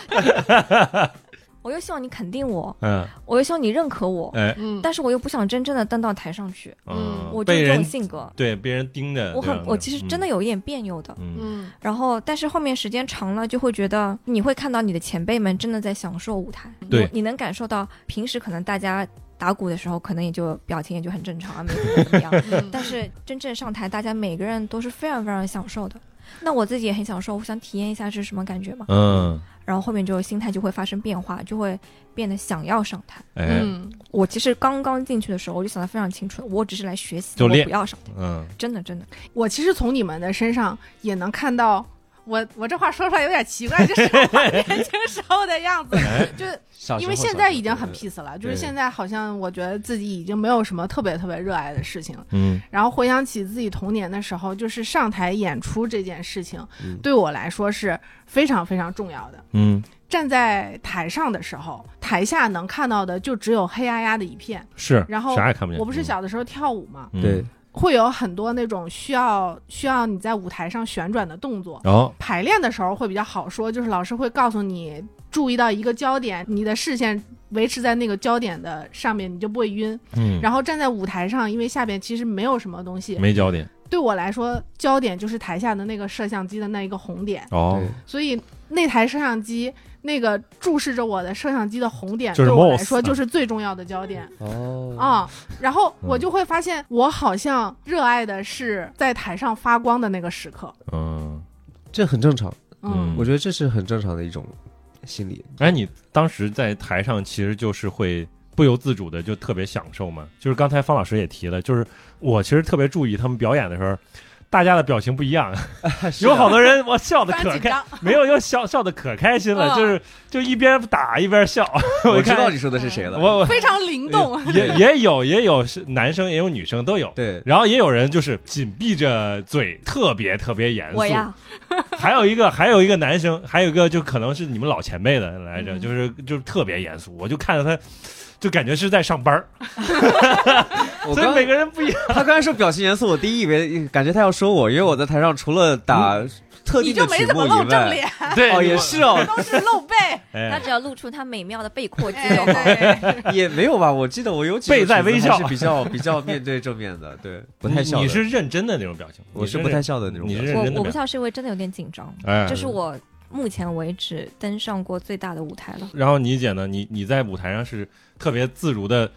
我又希望你肯定我，嗯，我又希望你认可我，哎，嗯，但是我又不想真正的登到台上去，嗯嗯我就是被这种人性格，对别人盯着，我对吧啊很我其实真的，有一点别扭的。嗯嗯然后，但是后面时间长了，就会觉得你会看到你的前辈们真的在享受舞台，对你能感受到平时可能大家打鼓的时候，可能也就表情也就很正常啊，没怎么怎么 样。嗯但是真正上台，大家每个人都是非常非常享受的。那我自己也很享受，我想体验一下是什么感觉嘛。嗯，然后后面就心态就会发生变化，就会变得想要上台。哎，嗯我其实刚刚进去的时候，我就想的非常清楚，我只是来学习，就我练不要上台，嗯，真的真的。我其实从你们的身上也能看到。我我这话说出来有点奇怪，就是 我年轻时候的样子，哎就是小时因候为现在已经很 peace 了，就对是现在好像我觉得自己已经没有什么特别特别热爱的事情了。嗯然后回想起自己童年的时候，就是上台演出这件事情嗯，对我来说是非常非常重要的。嗯，站在台上的时候，台下能看到的就只有黑压压的一片。是，然后啥也看不见。我不是小的时候跳舞嘛，嗯对，会有很多那种需要需要你在舞台上旋转的动作。然后排练的时候会比较好说，就是老师会告诉你注意到一个焦点，你的视线维持在那个焦点的上面，你就不会晕。嗯，然后站在舞台上，因为下边其实没有什么东西，没焦点对我来说，焦点就是台下的那个摄像机的那一个红点，哦，所以那台摄像机那个注视着我的摄像机的红点，就是啊对我来 mouse 说就是最重要的焦点。对哦啊、然后我就会发现，我好像热爱的是在台上发光的那个时刻。嗯，这很正常，嗯嗯，我觉得这是很正常的一种心理。哎，你当时在台上其实就是会不由自主的就特别享受嘛，就是刚才方老师也提了，就是我其实特别注意他们表演的时候。大家的表情不一样，啊有好多人我笑的非可常紧开，张。没有，又笑笑的可开心了，嗯就是就一边打一边笑。我知看道你说的是谁了，我我非常灵动。嗯也也有也有是男生也有女生都有， 对然后也有人就是紧闭着嘴，特别特别严肃。我呀，还有一个，还有一个男生，还有一个就可能是你们老前辈的来着，嗯就是就是特别严肃，我就看着他，就感觉是在上班儿，我所以刚每个人不一样。他刚才说表情严肃，我第一以为感觉他要说我，因为我在台上除了打特 你定就的没曲怎目么以露正外，脸，对哦也，是哦， 都是露 背。他哎，只要露出他美妙的背阔哎肌就好。对 也没有吧？我记得我有几倍在微笑是比较比较面对正面的，对，不太笑的。你是认真的那种表情，我是你不太笑的那种你表是情。认我真的我不表情。笑是因为真的有点紧张，哎这是我目前为止登上过最大的舞台了。然后你姐呢？你你在舞台上是特别自如的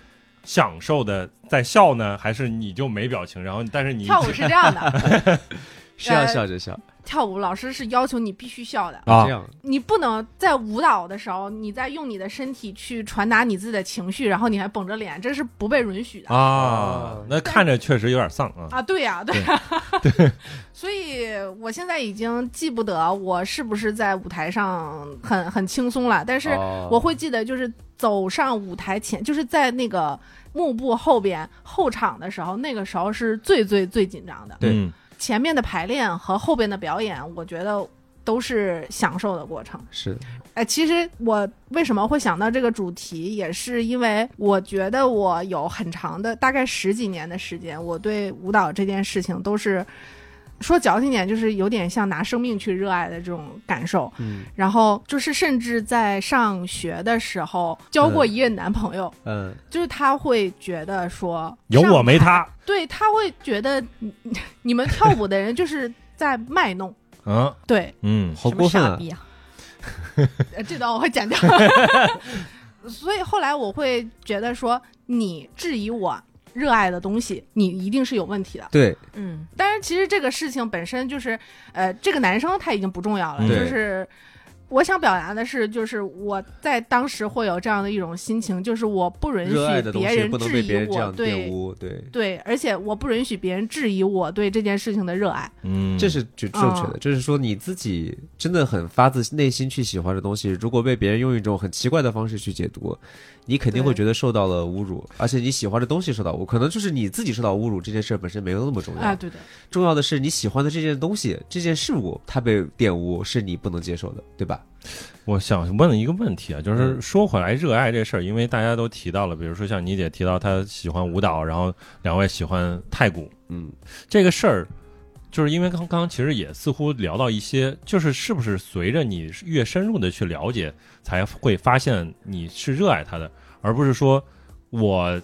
享受的在笑呢，还是你就没表情？然后但是你跳舞是这样的，是呃要笑着笑，跳舞老师是要求你必须笑的，啊这，样你不能在舞蹈的时候，你在用你的身体去传达你自己的情绪，然后你还绷着脸，这是不被允许的。啊，哦那看着确实有点丧啊。啊，对呀、对呀、 所以我现在已经记不得我是不是在舞台上很很轻松了，但是哦我会记得，就是走上舞台前，就是在那个幕布后边后场的时候，那个时候是最最最紧张的。对嗯前面的排练和后边的表演，我觉得都是享受的过程。是哎，其实我为什么会想到这个主题，也是因为我觉得我有很长的，大概十几年的时间，我对舞蹈这件事情都是说矫情点，就是有点像拿生命去热爱的这种感受。嗯然后就是，甚至在上学的时候交过一任男朋友，嗯，就是他会觉得说有我没上台他， 对他会觉得你你们跳舞的人就是在卖弄，嗯对，嗯好什么过分傻啊！逼啊！呃这段我会 剪掉。所以后来我会觉得说，你质疑我热爱的东西，你一定是有问题的。对，嗯，当然，其实这个事情本身就是，呃，这个男生他已经不重要了，嗯就对是。我想表达的是，就是我在当时会有这样的一种心情，就是我不允热爱许的东别西人不能质被别疑人这我样对玷污，对，对，而且我不允许别人质疑我对这件事情的热爱。嗯，这是正正确的。就是说你自己真的很发自内心去喜欢的东西，如果被别人用一种很奇怪的方式去解读，你肯定对会觉得受到了侮辱，而且你喜欢的东西受到侮辱，可能就是你自己受到侮辱这件事儿本身没有那么重要。啊，对的，重要的是你喜欢的这件东西、这件事物，它被玷污是你不能接受的，对吧？我想问一个问题啊，就是嗯说回来热爱这事儿，因为大家都提到了，比如说像你姐提到她喜欢舞蹈，然后两位喜欢太鼓嗯，这个事儿，就是因为刚刚其实也似乎聊到一些，就是是不是随着你越深入的去了解，才会发现你是热爱它的，而不是说我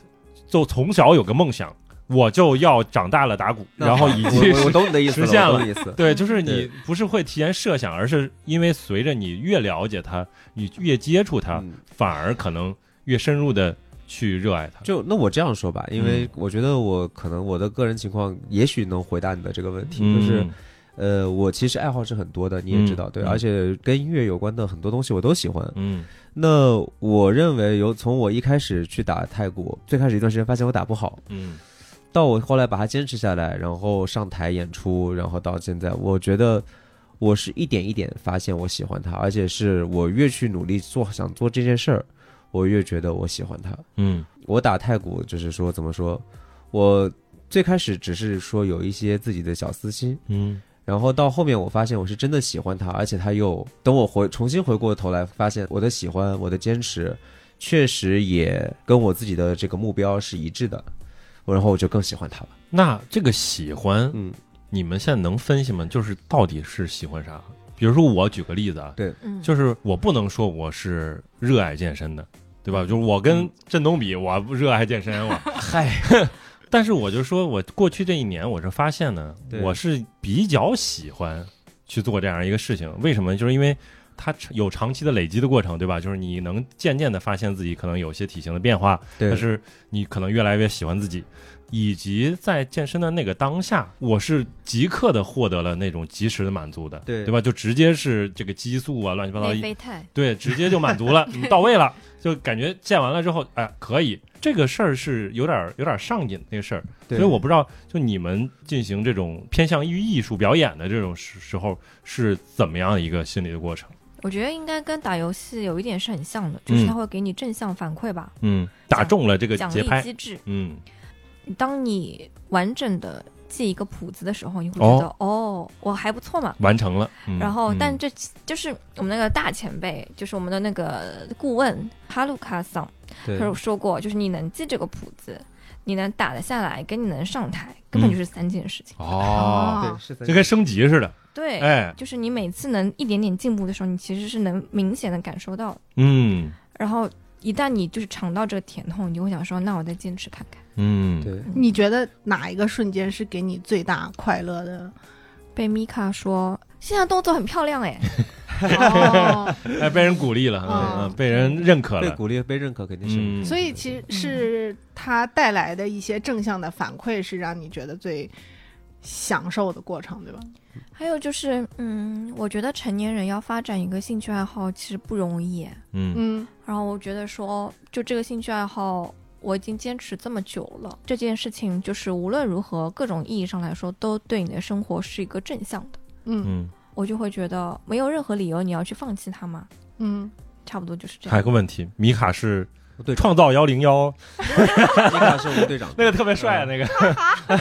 就从小有个梦想，我就要长大了打鼓，然后已经我我懂你的意思实现了，了我懂你的意思。 对，就是你对不是会提前设想，而是因为随着你越了解它，你越接触它，嗯反而可能越深入的去热爱它。就那我这样说吧，因为啊嗯我觉得我可能我的个人情况也许能回答你的这个问题，嗯就是呃，我其实爱好是很多的，你也知道，嗯对，嗯而且跟音乐有关的很多东西我都喜欢。嗯那我认为由从我一开始去打太鼓，最开始一段时间发现我打不好，嗯到我后来把它坚持下来，然后上台演出，然后到现在，我觉得我是一点一点发现我喜欢它，而且是我越去努力做想做这件事儿，我越觉得我喜欢它。嗯我打太鼓就是说怎么说，我最开始只是说有一些自己的小私心，嗯然后到后面我发现我是真的喜欢它，而且它又等我回重新回过头来，发现我的喜欢，我的坚持，确实也跟我自己的这个目标是一致的，我然后我就更喜欢它了。那这个喜欢，嗯，你们现在能分析吗？就是到底是喜欢啥？比如说我举个例子啊，嗯就是我不能说我是热爱健身的，对嗯吧？就是我跟振东比，我不热爱健身，我 嗨， 但是我就说，我过去这一年，我是发现呢，对我是比较喜欢去做这样一个事情。为什么？就是因为它有长期的累积的过程，对吧？就是你能渐渐的发现自己可能有些体型的变化，对但，是你可能越来越喜欢自己，以及在健身的那个当下，我是即刻的获得了那种及时的满足的，对对吧？就直接是这个激素啊，乱七八糟内一啡肽，对，直接就满足 了，嗯到位了，就感觉见完了之后，哎，可以，这个事儿是有点儿有点儿上瘾那个事儿，对所以我不知道，就你们进行这种偏向于艺术表演的这种时时候是怎么样一个心理的过程？我觉得应该跟打游戏有一点是很像的，就是嗯它会给你正向反馈吧，嗯，打中了这个奖节励拍，机制。嗯当你完整的记一个谱子的时候，你会觉得哦我还不错嘛。完成了。嗯、然后，嗯但这就是我们那个大前辈，就是我们的那个顾问哈鲁卡桑，对他有说过，就是你能记这个谱子，你能打得下来，跟你能上台，根本嗯就是三件事情。哦，啊对，是的就跟升级似的，对，哎，就是你每次能一点点进步的时候，你其实是能明显的感受到的。嗯然后一旦你就是尝到这个甜头，你就会想说，那我再坚持看看。嗯，对，你觉得哪一个瞬间是给你最大快乐的？ 被米卡说，现在动作很 漂亮哎，哦，哎，被人鼓励了，啊嗯，嗯被人认可被了，鼓励被认可肯定是。嗯，所以其实是它带来的一些正向的反馈，是让你觉得最享受的过程，对吧？还有就是，嗯，我觉得成年人要发展一个兴趣爱好其实不容易。哎嗯嗯，然后我觉得说，就这个兴趣爱好，我已经坚持这么久了，这件事情就是无论如何，各种意义上来说，都对你的生活是一个正向的。嗯嗯，我就会觉得没有任何理由你要去放弃它嘛，嗯，差不多就是这还有样。个问题，米卡是对，创造幺零幺。米卡是我们队长， 那个特别帅，啊那个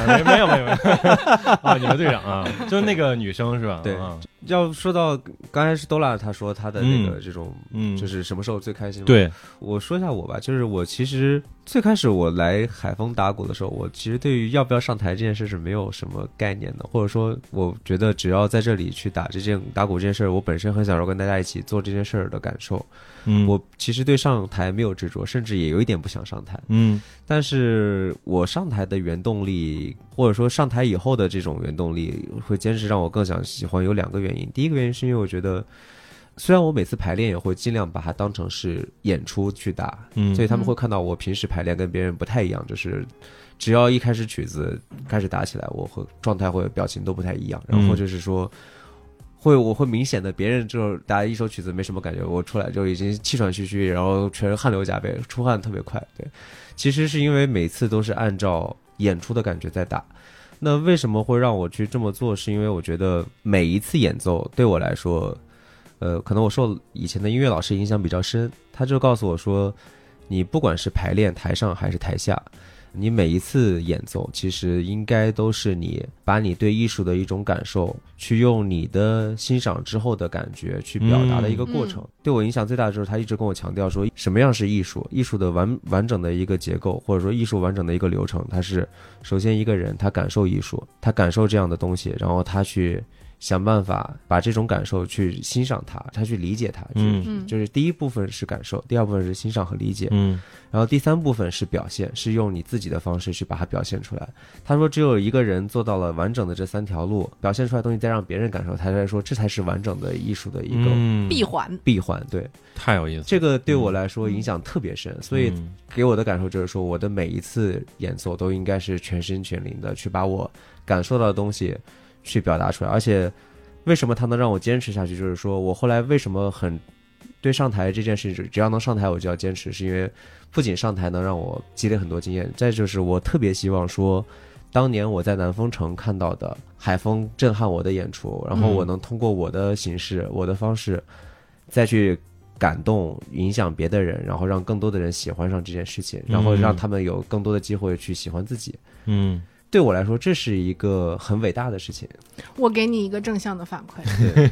没没有没有没有 啊！你们队长啊，就是那个女生是吧？对啊要说到刚才是多拉，他说他的那个嗯这种，嗯，就是是什么时候最开心？，对，我说一下我吧，就是我其实最开始我来海风打鼓的时候，我其实对于要不要上台这件事是没有什么概念的，或者说我觉得只要在这里去打这件打鼓这件事儿，我本身很享受跟大家一起做这件事儿的感受。嗯，我其实对上台没有执着，甚至也有一点不想上台。嗯但是我上台的原动力，或者说上台以后的这种原动力，会坚持让我更想喜欢有两个原因。第一个原因是因为我觉得，虽然我每次排练也会尽量把它当成是演出去打，嗯，所以他们嗯会看到我平时排练跟别人不太一样，就是只要一开始曲子开始打起来，我会状态或者表情都不太一样，然嗯后就是说。会，我会明显的，别人就是打一首曲子没什么感觉，我出来就已经气喘吁吁，然后全汗流浃背，出汗特别快。对，其实是因为每次都是按照演出的感觉在打。那为什么会让我去这么做？是因为我觉得每一次演奏对我来说，呃，可能我受以前的音乐老师影响比较深，他就告诉我说，你不管是排练台上还是台下，你每一次演奏，其实应该都是你把你对艺术的一种感受，去用你的欣赏之后的感觉去表达的一个过程。对我影响最大的就是他一直跟我强调说，什么样是艺术，艺术的完完整的一个结构，或者说艺术完整的一个流程，它是首先一个人他感受艺术，他感受这样的东西，然后他去。想办法把这种感受去欣赏它，他去理解它，去嗯嗯，就是第一部分是感受，第二部分是欣赏和理解，嗯然后第三部分是表现，是用你自己的方式去把它表现出来。他说，只有一个人做到了完整的这三条路，表现出来的东西再让别人感受，他才说这才是完整的艺术的一个嗯，闭环，闭环。对，太有意思了，这个对我来说影响特别深，所以嗯给我的感受就是说，我的每一次演奏都应该是全身全灵的去把我感受到的东西去表达出来，而且为什么它能让我坚持下去，就是说我后来为什么很对上台这件事，情，只要能上台我就要坚持，是因为不仅上台能让我积累很多经验，再就是我特别希望说。当年我在南风城看到的海风震撼我的演出，然后嗯我能通过我的形式、我的方式，再去感动、影响别的人，然后让更多的人喜欢上这件事情，然后让他们有更多的机会去喜欢自己。嗯，对我来说，这是一个很伟大的事情。我给你一个正向的反馈。对，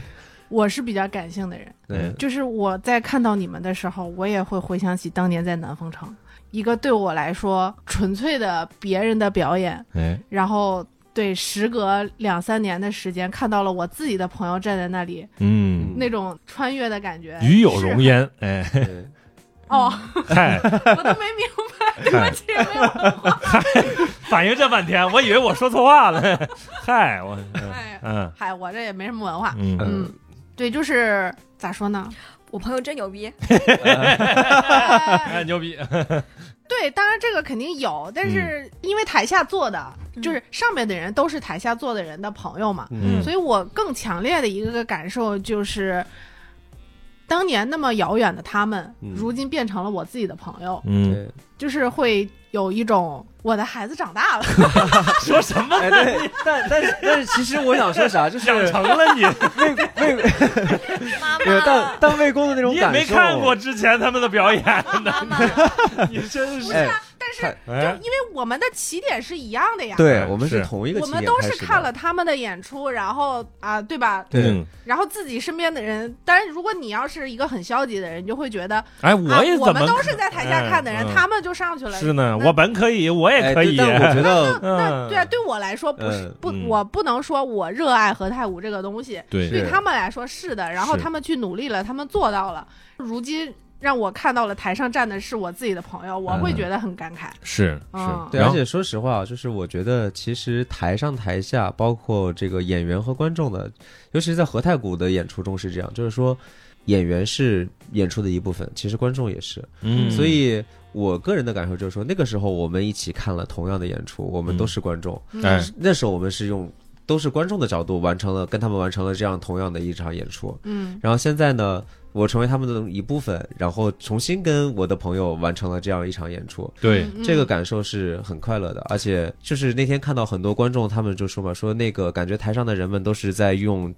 我是比较感性的人，嗯就是我在看到你们的时候，我也会回想起当年在南方城，一个对我来说纯粹的别人的表演，哎，然后对时隔两三年的时间，看到了我自己的朋友站在那里，嗯，那种穿越的感觉，与有荣是焉，哎， 对哦，嗨，我都没明白，对不起，没有反应这半天，我以为我说错话 了，嗨，我，哎嗯嗨，我这也没什么文化，嗯嗯，嗯，对，就是咋说 呢？我朋友真牛 逼，哎，牛逼，对，当然这个肯定有，但嗯是因为台下坐的、嗯就是上面的人都是台下坐的人的朋友嘛，嗯所以我更强烈的一个感受就是，当年那么遥远的他们，嗯如今变成了我自己的朋友，嗯，对，就是会有一种我的孩子长 大了，说什 么哎对，但但是但是，其实我想说啥，就是养成了你？魏魏，妈对但妈，但魏公的那种你也感受，没看过之前他们的表演， 妈 妈，你真是。哎，但是看就哎，因为我们的起点是一样的呀，对我们是是同一个我起点们开始都的，是看了他们的演出，然后啊，对吧？对，嗯，然后自己身边的人，当然，如果你要是一个很消极的人，你就会觉得哎，啊，也我怎么们都是在台下看的人，哎嗯他们就上去了。是呢？那啊我本可以，我也哎可对以。啊但我觉得那嗯，对啊，对我来说不是、嗯不嗯，我不能说我热爱和太武这个东西，对对是他们来说是的。然后是他们去努力了，他们做到了。如今让我看到了台上站的是我自己的朋友，我会嗯觉得很感慨。是嗯是，对，然而后且说实话，啊就是我觉得其实台上台下，包括这个演员和观众的，尤其是在和太谷的演出中是这样，就是说演员是演出的一部分，其实观众也是。嗯，所以我个人的感受就是说，那个时候我们一起看了同样的演出，我们都是观众，嗯哎，那时候我们是用都是观众的角度完成了跟他们完成了这样同样的一场演出。嗯然后现在呢，我成为他们的一部分，然后重新跟我的朋友完成了这样一场演出。对，嗯这个感受是很快乐的，而且就是那天看到很多观众，他们就说嘛，说那个感觉台上的人们都是在用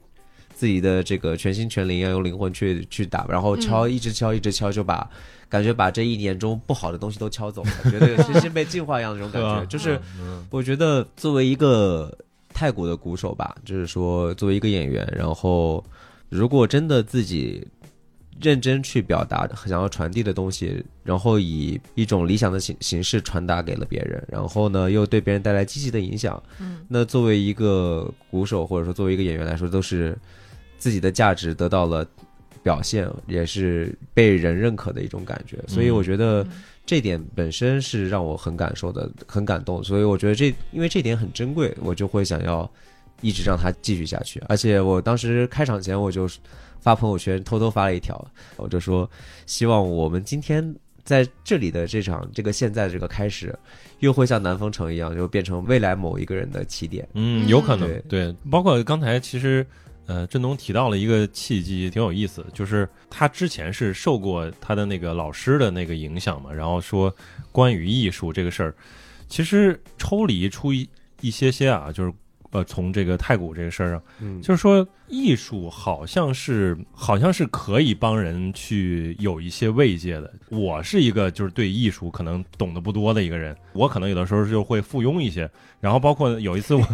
自己的这个全心全灵，要用灵魂去去打，然后敲，一直敲，一直敲，就把感觉把这一年中不好的东西都敲走了，觉得是心被净化一样的那种感呵觉。就是嗯我觉得作为一个太鼓的鼓手吧，就是说作为一个演员，然后如果真的自己认真去表达想要传递的东西，然后以一种理想的形形式传达给了别人，然后呢又对别人带来积极的影响。嗯，那作为一个鼓手或者说作为一个演员来说，都是自己的价值得到了表现，也是被人认可的一种感觉。所以我觉得嗯这点本身是让我很感受的，很感动。所以我觉得这因为这点很珍贵，我就会想要一直让它继续下去。而且我当时开场前我就发朋友圈偷偷发了一条，我就说希望我们今天。在这里的这场这个现在这个开始，又会像南风城一样，就变成未来某一个人的起点。嗯，有可能嗯对，包括刚才其实呃，振东提到了一个契机，挺有意思，就是他之前是受过他的那个老师的那个影响嘛，然后说关于艺术这个事儿，其实抽离出一一些些啊，就是呃，从这个太古这个事儿上，嗯就是说艺术好像是好像是可以帮人去有一些慰藉的。我是一个就是对艺术可能懂得不多的一个人，我可能有的时候就会附庸一些。然后包括有一次我，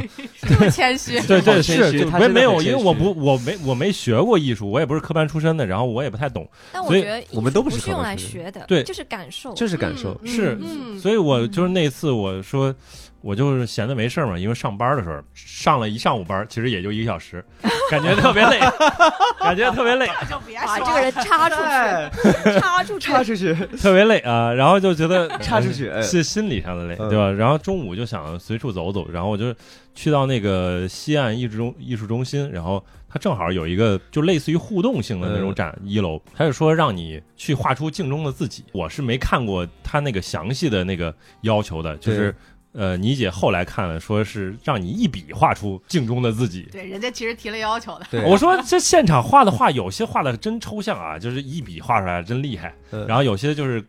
这么 谦虚 对好对谦虚是就他没真的没有，很因谦为我虚不我没我没学过艺术，我也不是科班出身的，然后我也不太懂，但我所以觉得艺我们都术不不是是靠用感来觉学的，对就是感受，就是感受，嗯是嗯所以我就是那次我说，我就是闲的没事儿嘛，因为上班的时候上了一上午班，其实也就一个小时，感觉特别累， 感觉特别累， 那就别把说这个人插出哎去，插出去，插出 去，特别累啊，然后就觉得 插出去，哎是心理上的累，嗯对吧？然后中午就想随处走走，然后我就去到那个西岸艺术中艺术中心，然后它正好有一个就类似于互动性的那嗯种展，一楼，它是说让你去画出镜中的自己。我是没看过它那个详细的那个要求的，就是。呃，倪姐后来看了，说是让你一笔画出镜中的自己。对，人家其实提了要求的，对，我说这现场画的画，有些画的真抽象啊，就是一笔画出来真厉害。嗯然后有些就是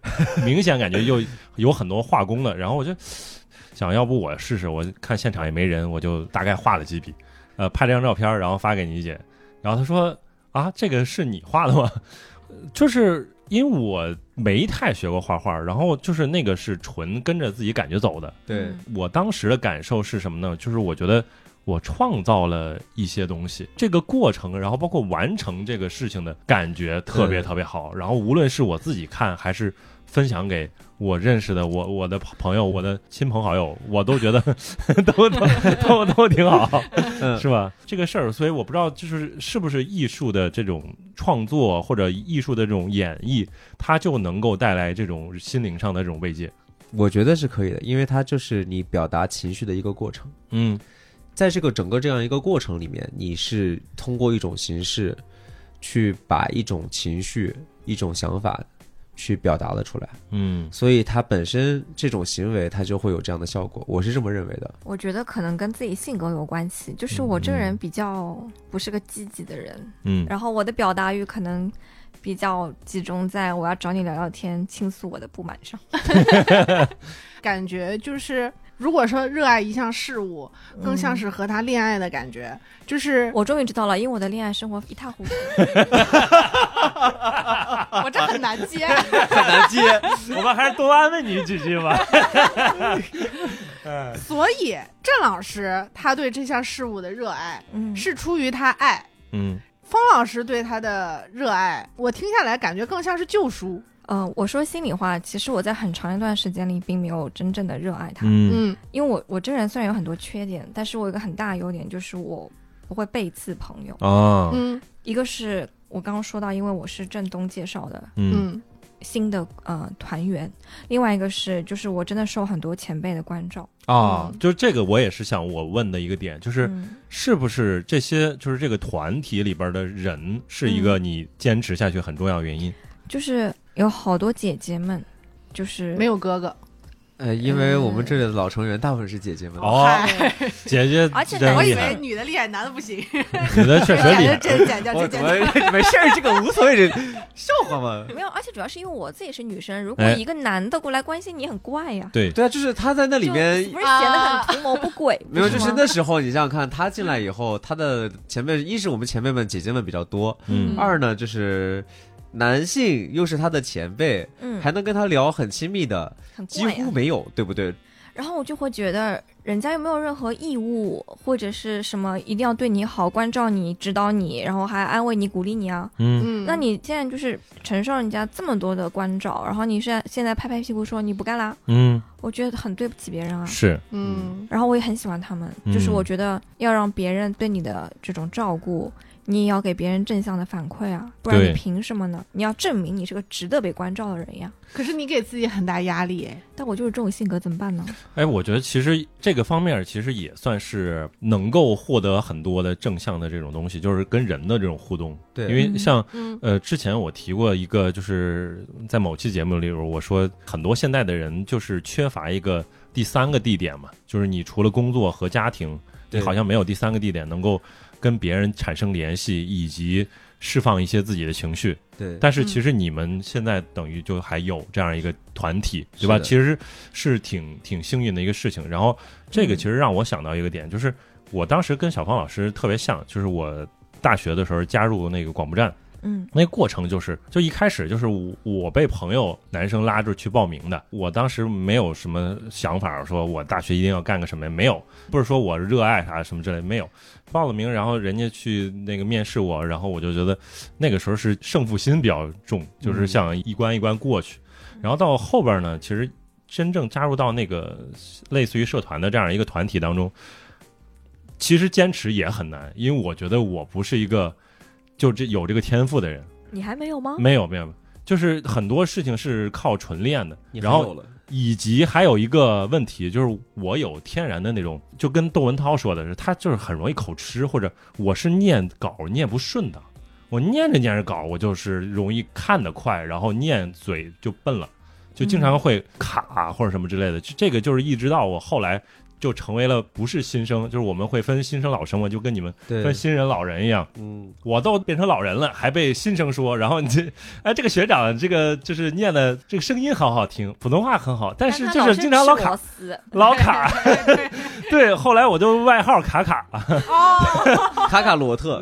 明显感觉又有很多画工的，然后我就想要不我试试，我看现场也没人，我就大概画了几笔，呃，拍了张照片儿，然后发给你姐，然后她说啊，这个是你画的吗？ 就是因为我没太学过画画，然后就是那个是纯跟着自己感觉走的。对，嗯我当时的感受是什么呢？就是我觉得我创造了一些东西，这个过程，然后包括完成这个事情的感觉特别嗯特别好。然后无论是我自己看，还是分享给我认识的我我的朋友、我的亲朋好友，我都 觉得都都都都挺 好，嗯是吧？这个事儿，所以我不知道，就是是不是艺术的这种创作或者艺术的这种演绎，它就能够带来这种心灵上的这种慰藉。我觉得是可以的，因为它就是你表达情绪的一个过程。嗯在这个整个这样一个过程里面，你是通过一种形式去把一种情绪、一种想法去表达了出来，嗯所以它本身这种行为它就会有这样的效果，我是这么认为的。我觉得可能跟自己性格有关系，嗯就是我这个人比较不是个积极的人，嗯，然后我的表达欲可能比较集中在我要找你聊聊天，倾诉我的不满上。 感觉就是。如果说热爱一项事物，更像嗯是和他恋爱的感觉，就是我终于知道了，因为我的恋爱生活一 塌糊涂。我这很难接。很难接，我们还是多安慰你几句吧。 所以郑老师他对这项事物的热爱嗯，是出于他爱，嗯方老师对他的热爱，我听下来感觉更像是救赎。呃，我说心里话，其实我在很长一段时间里并没有真正的热爱他，嗯嗯因为我我这人虽然有很多缺点，但是我有一个很大的优点就是我不会背刺朋友。啊嗯一个是我刚刚说到，因为我是振东介绍的嗯嗯新的呃团员，另外一个是就是我真的受很多前辈的关照，啊嗯，就是这个，我也是想我问的一个点，就是嗯是不是这些就是这个团体里边的人是一个你坚持下去很重要原因？就是有好多姐姐们，就是没有哥哥，呃，因为我们这里的老成员大部分是姐姐们， 哦嗨 姐姐而且真我以厉为害，女的厉害，男的不行。女的确 这实厉害。这剪掉，啊我这怎剪么掉。没事儿，这个无所谓，笑话嘛。没有，而且主要是因为我自己是女生，如果哎一个男的过来关心你，很怪呀、对， 对啊，就是他在那里就面啊不是显得很图谋不轨，没有，不就是吗那时候你想想看，他进来以后，他的前辈一是我们前辈们姐姐们比较多，嗯二呢就是男性又是他的前辈，嗯还能跟他聊很亲密的，很几怪呀、乎没有，对不对？然后我就会觉得人家又没有任何义务或者是什么一定要对你好、关照你、指导你，然后还安慰你、鼓励你啊。嗯，嗯，那你现在就是承受人家这么多的关照，然后你现在现在拍拍屁股说你不干啦，嗯，我觉得很对不起别人啊。是，嗯然后我也很喜欢他们，嗯就是我觉得要让别人对你的这种照顾，你也要给别人正向的反馈啊，不然对你凭什么呢？你要证明你是个值得被关照的人呀。可是你给自己很大压力哎，但我就是这种性格，怎么办呢？哎，我觉得其实这个方面其实也算是能够获得很多的正向的这种东西，就是跟人的这种互动。对因为嗯像嗯呃，之前我提过一个，就是在某期节目里，我说很多现代的人就是缺乏一个第三个地点嘛，就是你除了工作和家庭，你对好像没有第三个地点能够跟别人产生联系，以及释放一些自己的情绪。对，但是其实你们现在等于就还有这样一个团体，是对吧？的其实是挺挺幸运的一个事情。然后这嗯个其实让我想到一个点，就是我当时跟小芳老师特别像，就是我大学的时候加入那个广播站，嗯那过程就是，就一开始就是我我被朋友男生拉着去报名的，我当时没有什么想法，说我大学一定要干个什么，没有，不是说我热爱啥什么之类，没有，报了名，然后人家去那个面试我，然后我就觉得那个时候是胜负心比较重，就是想一关一关过去，然后到后边呢，其实真正加入到那个类似于社团的这样一个团体当中，其实坚持也很难，因为我觉得我不是一个就这有这个天赋的人。你还没有吗？没有没有，就是很多事情是靠纯练的，你然还后有了以及还有一个问题就是我有天然的那种，就跟窦文涛说的是，他就是很容易口吃，或者我是念稿念不顺的，我念着念着稿，我就是容易看得快，然后念嘴就笨了，就经常会卡啊或者什么之类的。就这个就是一直到我后来就成为了不是新生，就是我们会分新生老生嘛，就跟你们分对，新人老人一样。嗯，我都变成老人了，还被新生说，然后你这， 哎，这个学长，这个就是念的这个声音好好听，普通话很好，但是就是经常老 卡老卡， 对，后来我就外号卡卡，哦，卡卡罗 特，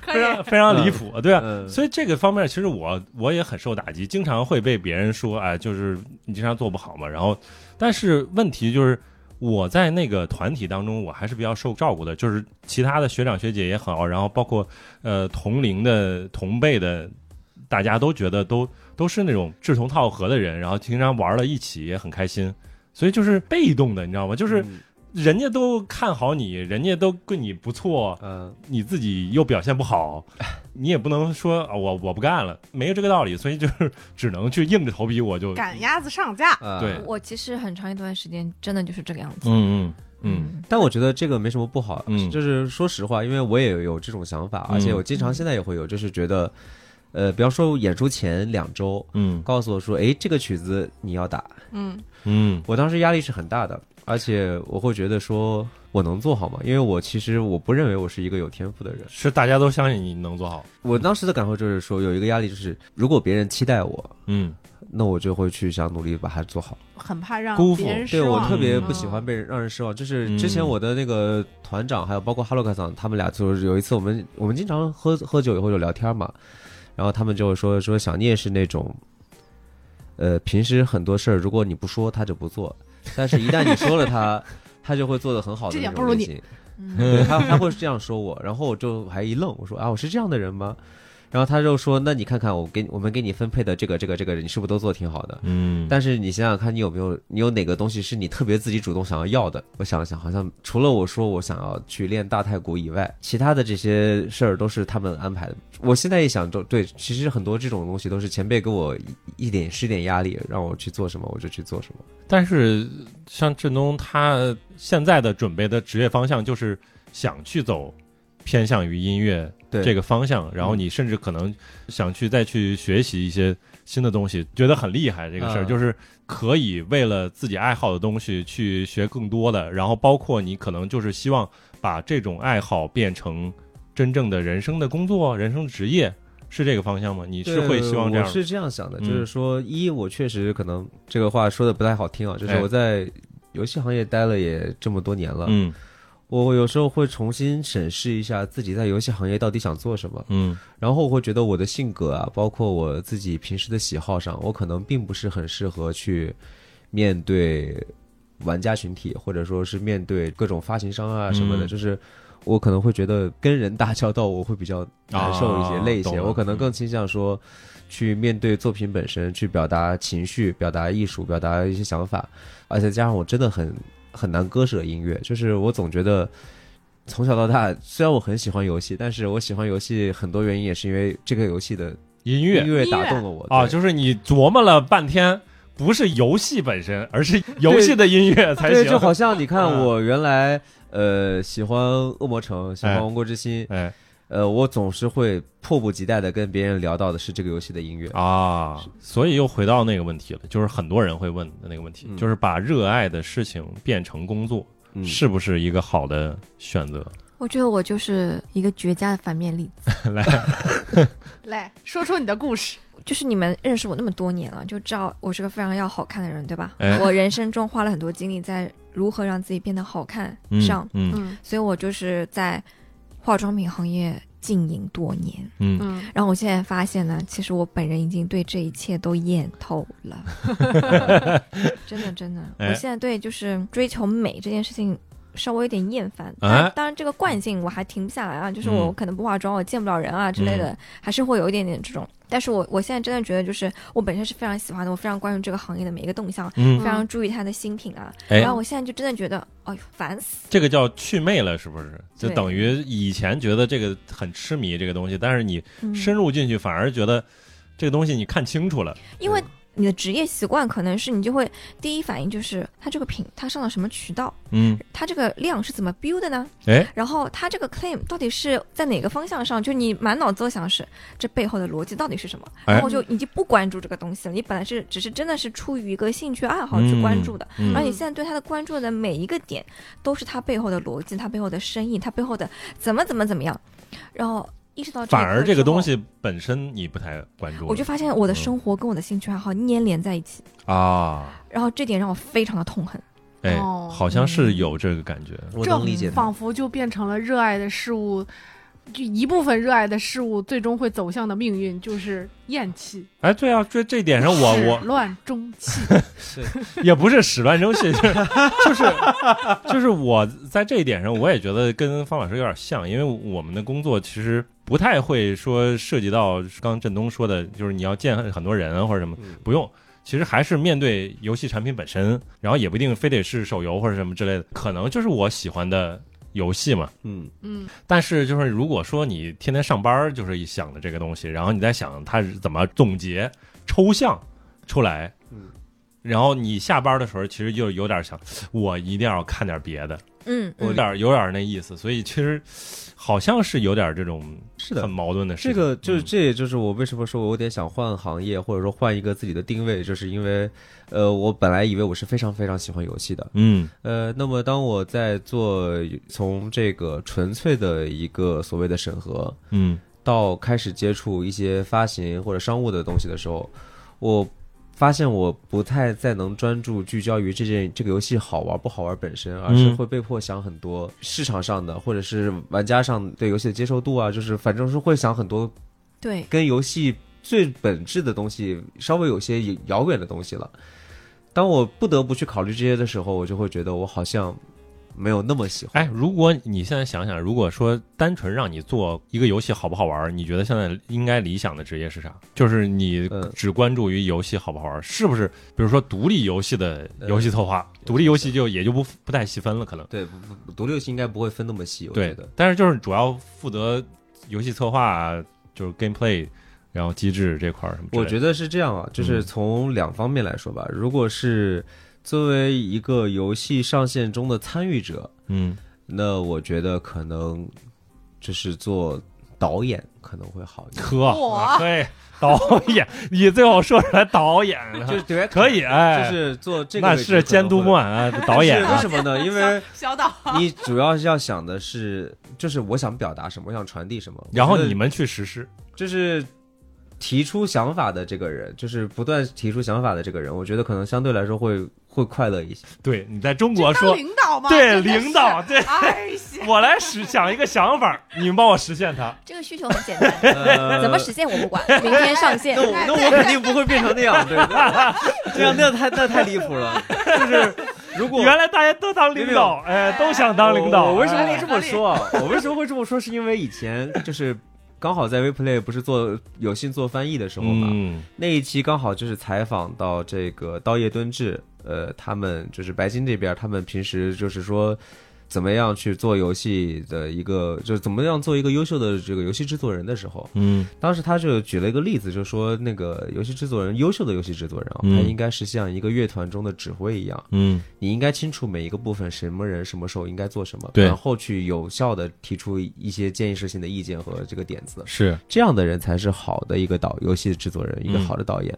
可非以，常非常离谱，对啊。嗯，所以这个方面，其实我我也很受打击，经常会被别人说，哎，就是你经常做不好嘛。然后，但是问题就是我在那个团体当中，我还是比较受照顾的，就是其他的学长学姐也好，然后包括呃同龄的同辈的，大家都觉得都都是那种志同道合的人，然后经常玩了一起也很开心，所以就是被动的，你知道吗？就是嗯人家都看好你，人家都对你不错，嗯，你自己又表现不 好，你也不能说啊我我不干了，没有这个道理，所以就是只能去硬着头皮，我就 赶鸭子上架，啊对我其实很长一段时间真的就是这个样子。嗯嗯嗯，但我觉得这个没什么不好，啊嗯就是说实话，因为我也有这种想法，嗯而且我经常现在也会有，就是觉得，呃，比方说演出前两周，嗯告诉我说，哎，这个曲子你要打，嗯嗯我当时压力是很大的，而且我会觉得说我能做好吗？因为我其实我不认为我是一个有天赋的人，是大家都相信你能做好，我当时的感受就是说，有一个压力就是，如果别人期待我，嗯那我就会去想努力把它做好。很怕让辜负别人对失我望，啊特别嗯不喜欢被人让人失望，就是嗯之前我的那个团长，还有包括哈洛克桑，他们俩就是有一次我们我们经常喝喝酒以后就聊天嘛，然后他们就说说想念是那种，呃，平时很多事儿如果你不说他就不做，但是一旦你说了他，他就会做的很好的这那点种不如类你型。嗯， 对他他会这样说我，然后我就还一愣，我说啊，我是这样的人吗？然后他就说，那你看看我给你我们给你分配的这个这个这个，你是不是都做得挺好的？嗯但是你想想看，你有没有你有哪个东西是你特别自己主动想要要的？我想了想，好像除了我说我想要去练大太鼓以外，其他的这些事儿都是他们安排的。我现在一想，都对，其实很多这种东西都是前辈给我一一点施点压力，让我去做什么我就去做什么。但是像振东他现在的准备的职业方向就是想去走偏向于音乐对嗯这个方向，然后你甚至可能想去再去学习一些新的东西，觉得很厉害这个事儿，嗯就是可以为了自己爱好的东西去学更多的，然后包括你可能就是希望把这种爱好变成真正的人生的工作、人生职业，是这个方向吗？你是对会希望这样我吗？是这样想的，嗯就是说，一我确实可能这个话说的不太好听啊，就是哎我在游戏行业待了也这么多年了，嗯我有时候会重新审视一下自己在游戏行业到底想做什么，嗯然后我会觉得我的性格啊，包括我自己平时的喜好上，我可能并不是很适合去面对玩家群体，或者说是面对各种发行商啊什么的，嗯就是我可能会觉得跟人打交道我会比较难受一些、啊累一懂些，了我可能更倾向说去面对作品本身，去表达情绪、表达艺术、表达一些想法，而且加上我真的很很难割舍音乐，就是我总觉得。从小到大，虽然我很喜欢游戏，但是我喜欢游戏很多原因也是因为这个游戏的音乐音乐打动了我啊，对就是你琢磨了半天，不是游戏本身，而是游戏的音乐才对，行。就好像你看嗯我原来呃喜欢恶魔城，喜哎欢王国之心，哎呃，我总是会迫不及待的跟别人聊到的是这个游戏的音乐。啊，所以又回到那个问题了，就是很多人会问的那个问题，嗯就是把热爱的事情变成工作，嗯，是不是一个好的选择？我觉得我就是一个绝佳的反面例子，来说出你的故事。就是你们认识我那么多年了，就知道我是个非常要好看的人，对吧？哎我人生中花了很多精力在如何让自己变得好看嗯上，嗯嗯所以我就是在化妆品行业经营多年。嗯，嗯，然后我现在发现呢，其实我本人已经对这一切都厌透 了，真的真的，哎我现在对就是追求美这件事情稍微有点厌烦。哎当然，当然这个惯性我还停不下来啊，就是我嗯可能不化妆，我见不了人啊之类的，还是会有一点点这种。但是我我现在真的觉得，就是我本身是非常喜欢的，我非常关注这个行业的每一个动向，嗯非常注意它的新品啊。哎然后我现在就真的觉得，哎呦，烦死了。这个叫祛魅了，是不是？就对等于以前觉得这个很痴迷这个东西，但是你嗯深入进去，反而觉得这个东西你看清楚了。因为你的职业习惯可能是你就会第一反应就是它这个品它上了什么渠道，嗯，它这个量是怎么 build 的呢？哎，然后它这个 claim 到底是在哪个方向上？就你满脑子都想是这背后的逻辑到底是什么？哎然后就已经不关注这个东西了。你本来是只是真的是出于一个兴趣爱好去关注的，嗯而你现在对它的关注的每一个点都是它背后的逻辑、它背后的深意、它背后的怎么怎么怎么样，然后意识到反而这个东一刻之后。西本身你不太关注了，我就发现我的生活跟我的兴趣爱好粘连在一起，啊，然后这点让我非常的痛恨。哎，哦好像是有这个感觉。我这能理解的。仿佛就变成了热爱的事物，就一部分热爱的事物最终会走向的命运就是厌弃，哎，对啊，这这点上我始我乱终 弃。也不是始乱终弃，就是就是就是我在这一点上，我也觉得跟方老师有点像，因为我们的工作其实不太会说涉及到刚刚振东说的，就是你要见很多人啊或者什么，嗯不用。其实还是面对游戏产品本身，然后也不一定非得是手游或者什么之类的，可能就是我喜欢的游戏嘛。 嗯，嗯，但是就是如果说你天天上班儿就是一想的这个东西，然后你在想它是怎么总结抽象出来，嗯，然后你下班的时候其实就有点想，我一定要看点别的，嗯，有嗯点儿有点儿那意思，所以其实好像是有点儿这种是很的。矛盾的事情。这个就是，嗯这也就是我为什么说我有点想换行业，或者说换一个自己的定位，就是因为，呃，我本来以为我是非常非常喜欢游戏的，嗯呃，那么当我在做从这个纯粹的一个所谓的审核，嗯到开始接触一些发行或者商务的东西的时候，我发现我不太再能专注聚焦于这件这个游戏好玩不好玩本身，而是会被迫想很多市场上的或者是玩家上对游戏的接受度啊，就是反正是会想很多对，跟游戏最本质的东西稍微有些遥远的东西了。当我不得不去考虑这些的时候，我就会觉得我好像没有那么喜欢。哎，如果你现在想想，如果说单纯让你做一个游戏好不好玩儿，你觉得现在应该理想的职业是啥？就是你嗯只关注于游戏好不好玩儿，是不是？比如说独立游戏的游戏策划，独立游戏就也就不不太细分了，可能对，不不独立游戏应该不会分那么细，我觉对得。。但是就是主要负责游戏策划，就是 gameplay，然后机制这块儿什么之类的。我觉得是这样啊，嗯就是从两方面来说吧。如果是作为一个游戏上线中的参与者，嗯那我觉得可能就是做导演可能会好一点。呵，哇对，导演，你最后说出来导 演了， 就是对，可以，哎，就是做这个那位置是监督 可能会不满啊，导演是为啊，什么呢？因为小 岛，你主要是要想的是，就是我想表达什么，我想传递什么。然后我觉得你们去实施，就是提出想法的这个人，就是不断提出想法的这个人，我觉得可能相对来说会会快乐一些。对你在中国这当说，领导吗？对真的是领导对哎呀，我来实想一个想 法，你们帮我实现它。这个需求很简单，呃怎么实现我不管，明天上线呃那。我那我肯定不会变成那样，对，那样那样太那太离谱了，就是如果原来大家都当领导，哎，都想当领导。我我为什么哎会这么说啊？我为什么会这么说？是因为以前就是刚好在 WePlay 不是做有幸做翻译的时候嘛，嗯那一期刚好就是采访到这个刀叶敦志，呃，他们就是白金这边，他们平时就是说怎么样去做游戏的一个，就是怎么样做一个优秀的这个游戏制作人的时候，嗯当时他就举了一个例子，就说那个游戏制作人，优秀的游戏制作人啊，嗯他应该是像一个乐团中的指挥一样，嗯你应该清楚每一个部分什么人什么时候应该做什么，对然后去有效的提出一些建议式性的意见和这个点子。是这样的人才是好的一个导游戏制作人，一个嗯好的导演。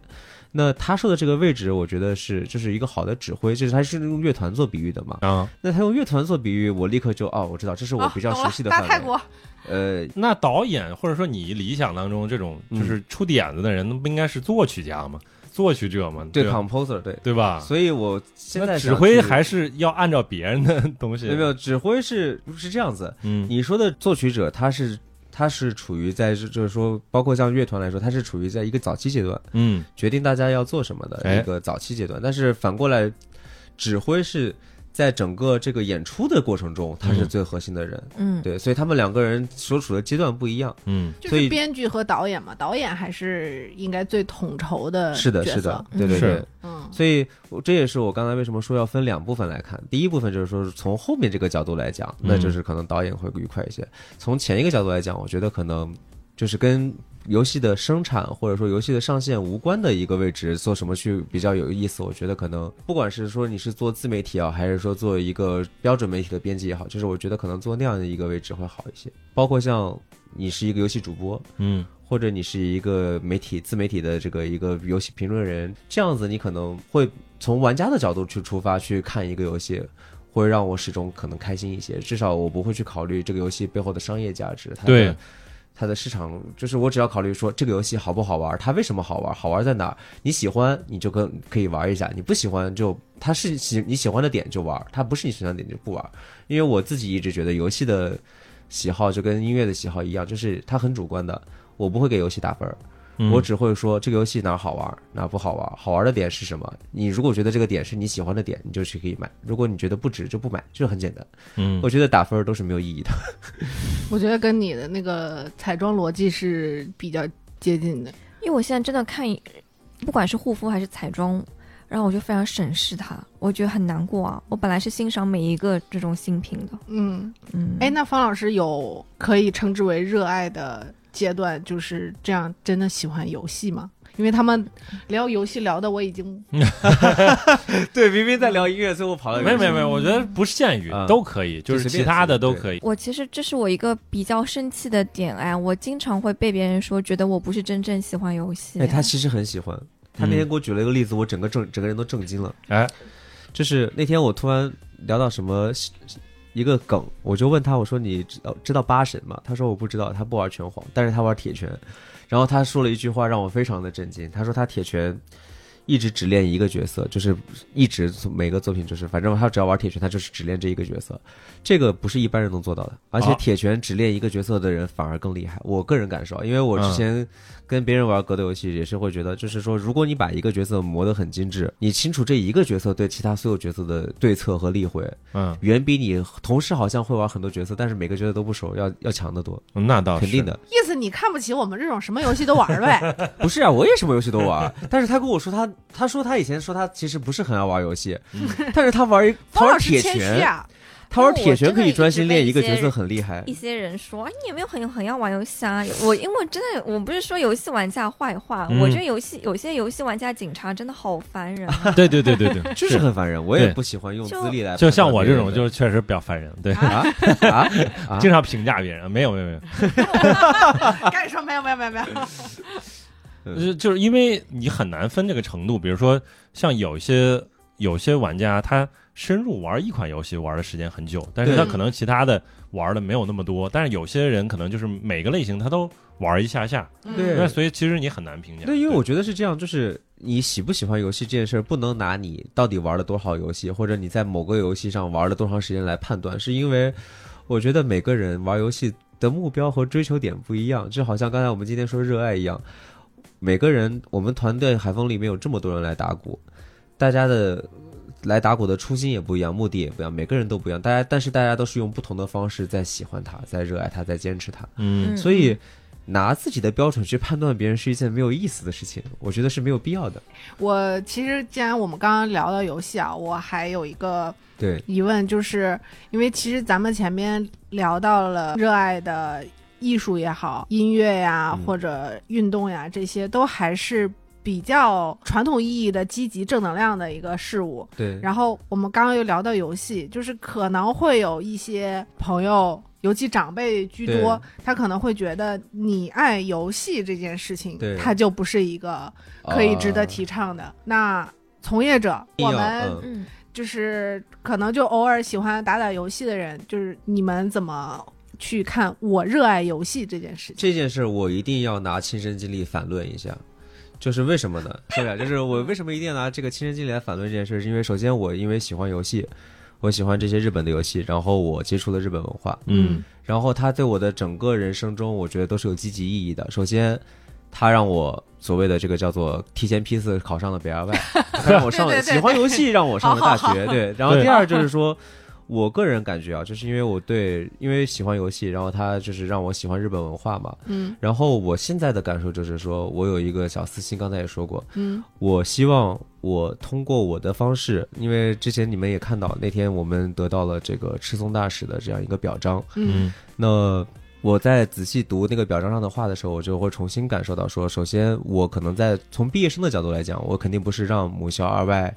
那他说的这个位置，我觉得是就是一个好的指挥，就是他是用乐团做比喻的嘛。啊，那他用乐团做比喻，我立刻就哦，我知道这是 我啊比较懂熟了悉的大范泰围。国，呃，那导演或者说你理想当中这种嗯就是出点子的人，那不应该是作曲家吗？作曲者吗？对吧 composer 对，对吧？所以我现嗯在那指想挥去还是要按照别人的东西。没有没有，指挥是是这样子。嗯你说的作曲者，他是他是处于在就是说，包括像乐团来说，他是处于在一个早期阶段，嗯决定大家要做什么的哎一个早期阶段。但是反过来，指挥是在整个这个演出的过程中，他是嗯最核心的人。嗯，对，所以他们两个人所处的阶段不一样。嗯就所是以编剧和导演嘛，导演还是应该最统筹的是的，嗯角是色的，，对对是对。嗯，所以我这也是我刚才为什么说要分两部分来看。第一部分就是说是从后面这个角度来讲，那就是可能导演会愉快一些；从前一个角度来讲，我觉得可能就是跟游戏的生产或者说游戏的上线无关的一个位置做什么去比较有意思。我觉得可能不管是说你是做自媒体啊，还是说做一个标准媒体的编辑也好，就是我觉得可能做那样的一个位置会好一些。包括像你是一个游戏主播，嗯或者你是一个媒体自媒体的这个一个游戏评论人，这样子你可能会从玩家的角度去出发去看一个游戏，会让我始终可能开心一些。至少我不会去考虑这个游戏背后的商业价值，它对的它的市场，就是我只要考虑说这个游戏好不好玩，它为什么好玩，好玩在哪儿？你喜欢你就跟可以玩一下，你不喜欢就它是喜你喜欢的点就玩，它不是你喜欢的点就不玩。因为我自己一直觉得游戏的喜好就跟音乐的喜好一样，就是它很主观的。我不会给游戏打分儿，嗯，我只会说这个游戏哪儿好玩儿，哪儿不好玩儿，好玩儿的点是什么。你如果觉得这个点是你喜欢的点，你就去可以买；如果你觉得不值，就不买，就是很简单。嗯我觉得打分儿都是没有意义 的。我觉得跟你的那个彩妆逻辑是比较接近的。因为我现在真的看一，不管是护肤还是彩妆，然后我就非常审视它，我觉得很难过啊。我本来是欣赏每一个这种新品的，嗯，嗯，哎，那方老师有可以称之为热爱的阶段，就是这样，真的喜欢游戏吗？因为他们聊游戏聊的我已经对，明明在聊音乐，最后跑没有没有没有，我觉得不限于嗯都可以，就就是随其便他的随都便可以。我其实这是我一个比较生气的点哎，我经常会被别人说觉得我不是真正喜欢游戏。哎，他其实很喜欢。他那天嗯给我举了一个例子，我整个正整个人都震惊了。哎，就是那天我突然聊到什么一个梗，我就问他，我说你知道知道八神吗？他说我不知道，他不玩拳皇，但是他玩铁拳。然后他说了一句话让我非常的震惊，他说他铁拳一直只练一个角色，就是一直从每个作品就是反正他只要玩铁拳，他就是只练这一个角色，这个不是一般人能做到的。而且啊铁拳只练一个角色的人反而更厉害，我个人感受，啊因为我之前跟别人玩格斗游戏也是会觉得，就是说如果你把一个角色磨得很精致，你清楚这一个角色对其他所有角色的对策和例会，嗯，远比你同时好像会玩很多角色，但是每个角色都不熟要要强得多，嗯那哦倒是肯定的。意思你看不起我们这种什么游戏都玩儿 呗？不是啊， 我也什么游戏都玩，但是他跟我说他，他说他以前说他其实不是很爱玩游戏，嗯但是 他玩他方老玩师铁谦虚拳，啊，他玩铁拳可以专心练一个角因为色，我很厉害一。些人说哎你有没有很很要玩游戏啊？我因为我真的我不是说游戏玩家坏话，嗯我觉得游戏有些游戏玩家警察真的好烦人、啊。对对对对对，就是很烦人，我也对不喜欢用就资历来判断别就人的。像我这种，就是确实比较烦人，对，啊 啊啊！经常评价别人。没有没有没有，干什么？没有没有没有没有，嗯就是就是因为你很难分这个程度。比如说，像有些有些玩家，他深入玩一款游戏玩的时间很久，但是对他可能其他的玩的没有那么多。但是有些人可能就是每个类型他都玩一下下，嗯对那所以其实你很难评价。对，因为我觉得是这样，就是你喜不喜欢游戏这件事儿，不能拿你到底玩了多少游戏，或者你在某个游戏上玩了多长时间来判断，是因为我觉得每个人玩游戏的目标和追求点不一样，就好像刚才我们今天说热爱一样，每个人我们团队海风里面有这么多人来打鼓，大家的。来打鼓的初心也不一样，目的也不一样，每个人都不一样。大家但是大家都是用不同的方式在喜欢它，在热爱它，在坚持它。嗯嗯 所以拿自己的标准去判断别人是一件没有意思的事情，我觉得是没有必要的。我其实既然我们刚刚聊到游戏啊，我还有一个对，疑问，就是因为其实咱们前面聊到了热爱的艺术也好，音乐呀、嗯或者运动呀，这些都还是比较传统意义的积极正能量的一个事物。对，然后我们刚刚又聊到游戏，就是可能会有一些朋友。尤其长辈居多对，他可能会觉得你爱游戏这件事情对，呃它就不是一个可以值得啊提倡的。那从业者，一我定要们嗯嗯，就是可能就偶尔喜欢打打游戏的人，就是你们怎么去看我热爱游戏这件事情？这件事我一定要拿亲身经历反论一下，就是为什么呢？对啊，就是我为什么一定要拿这个亲身经历来反论这件事，是因为首先我因为喜欢游戏，我喜欢这些日本的游戏，然后我接触了日本文化，嗯然后它对我的整个人生中，我觉得都是有积极意义的。首先。它让我所谓的这个叫做提前批次考上了 北二外，它让我上了对对对喜欢游戏，让我上了大好学。对，然后对第二就是说，我个人感觉啊，就是因为我对因为喜欢游戏，然后它就是让我喜欢日本文化嘛，嗯然后我现在的感受就是说，我有一个小私心，刚才也说过，嗯我希望我通过我的方式，因为之前你们也看到，那天我们得到了这个赤松大使的这样一个表彰。嗯嗯那我在仔细读那个表彰上的话的时候，我就会重新感受到说，首先我可能在从毕业生的角度来讲，我肯定不是让母校二外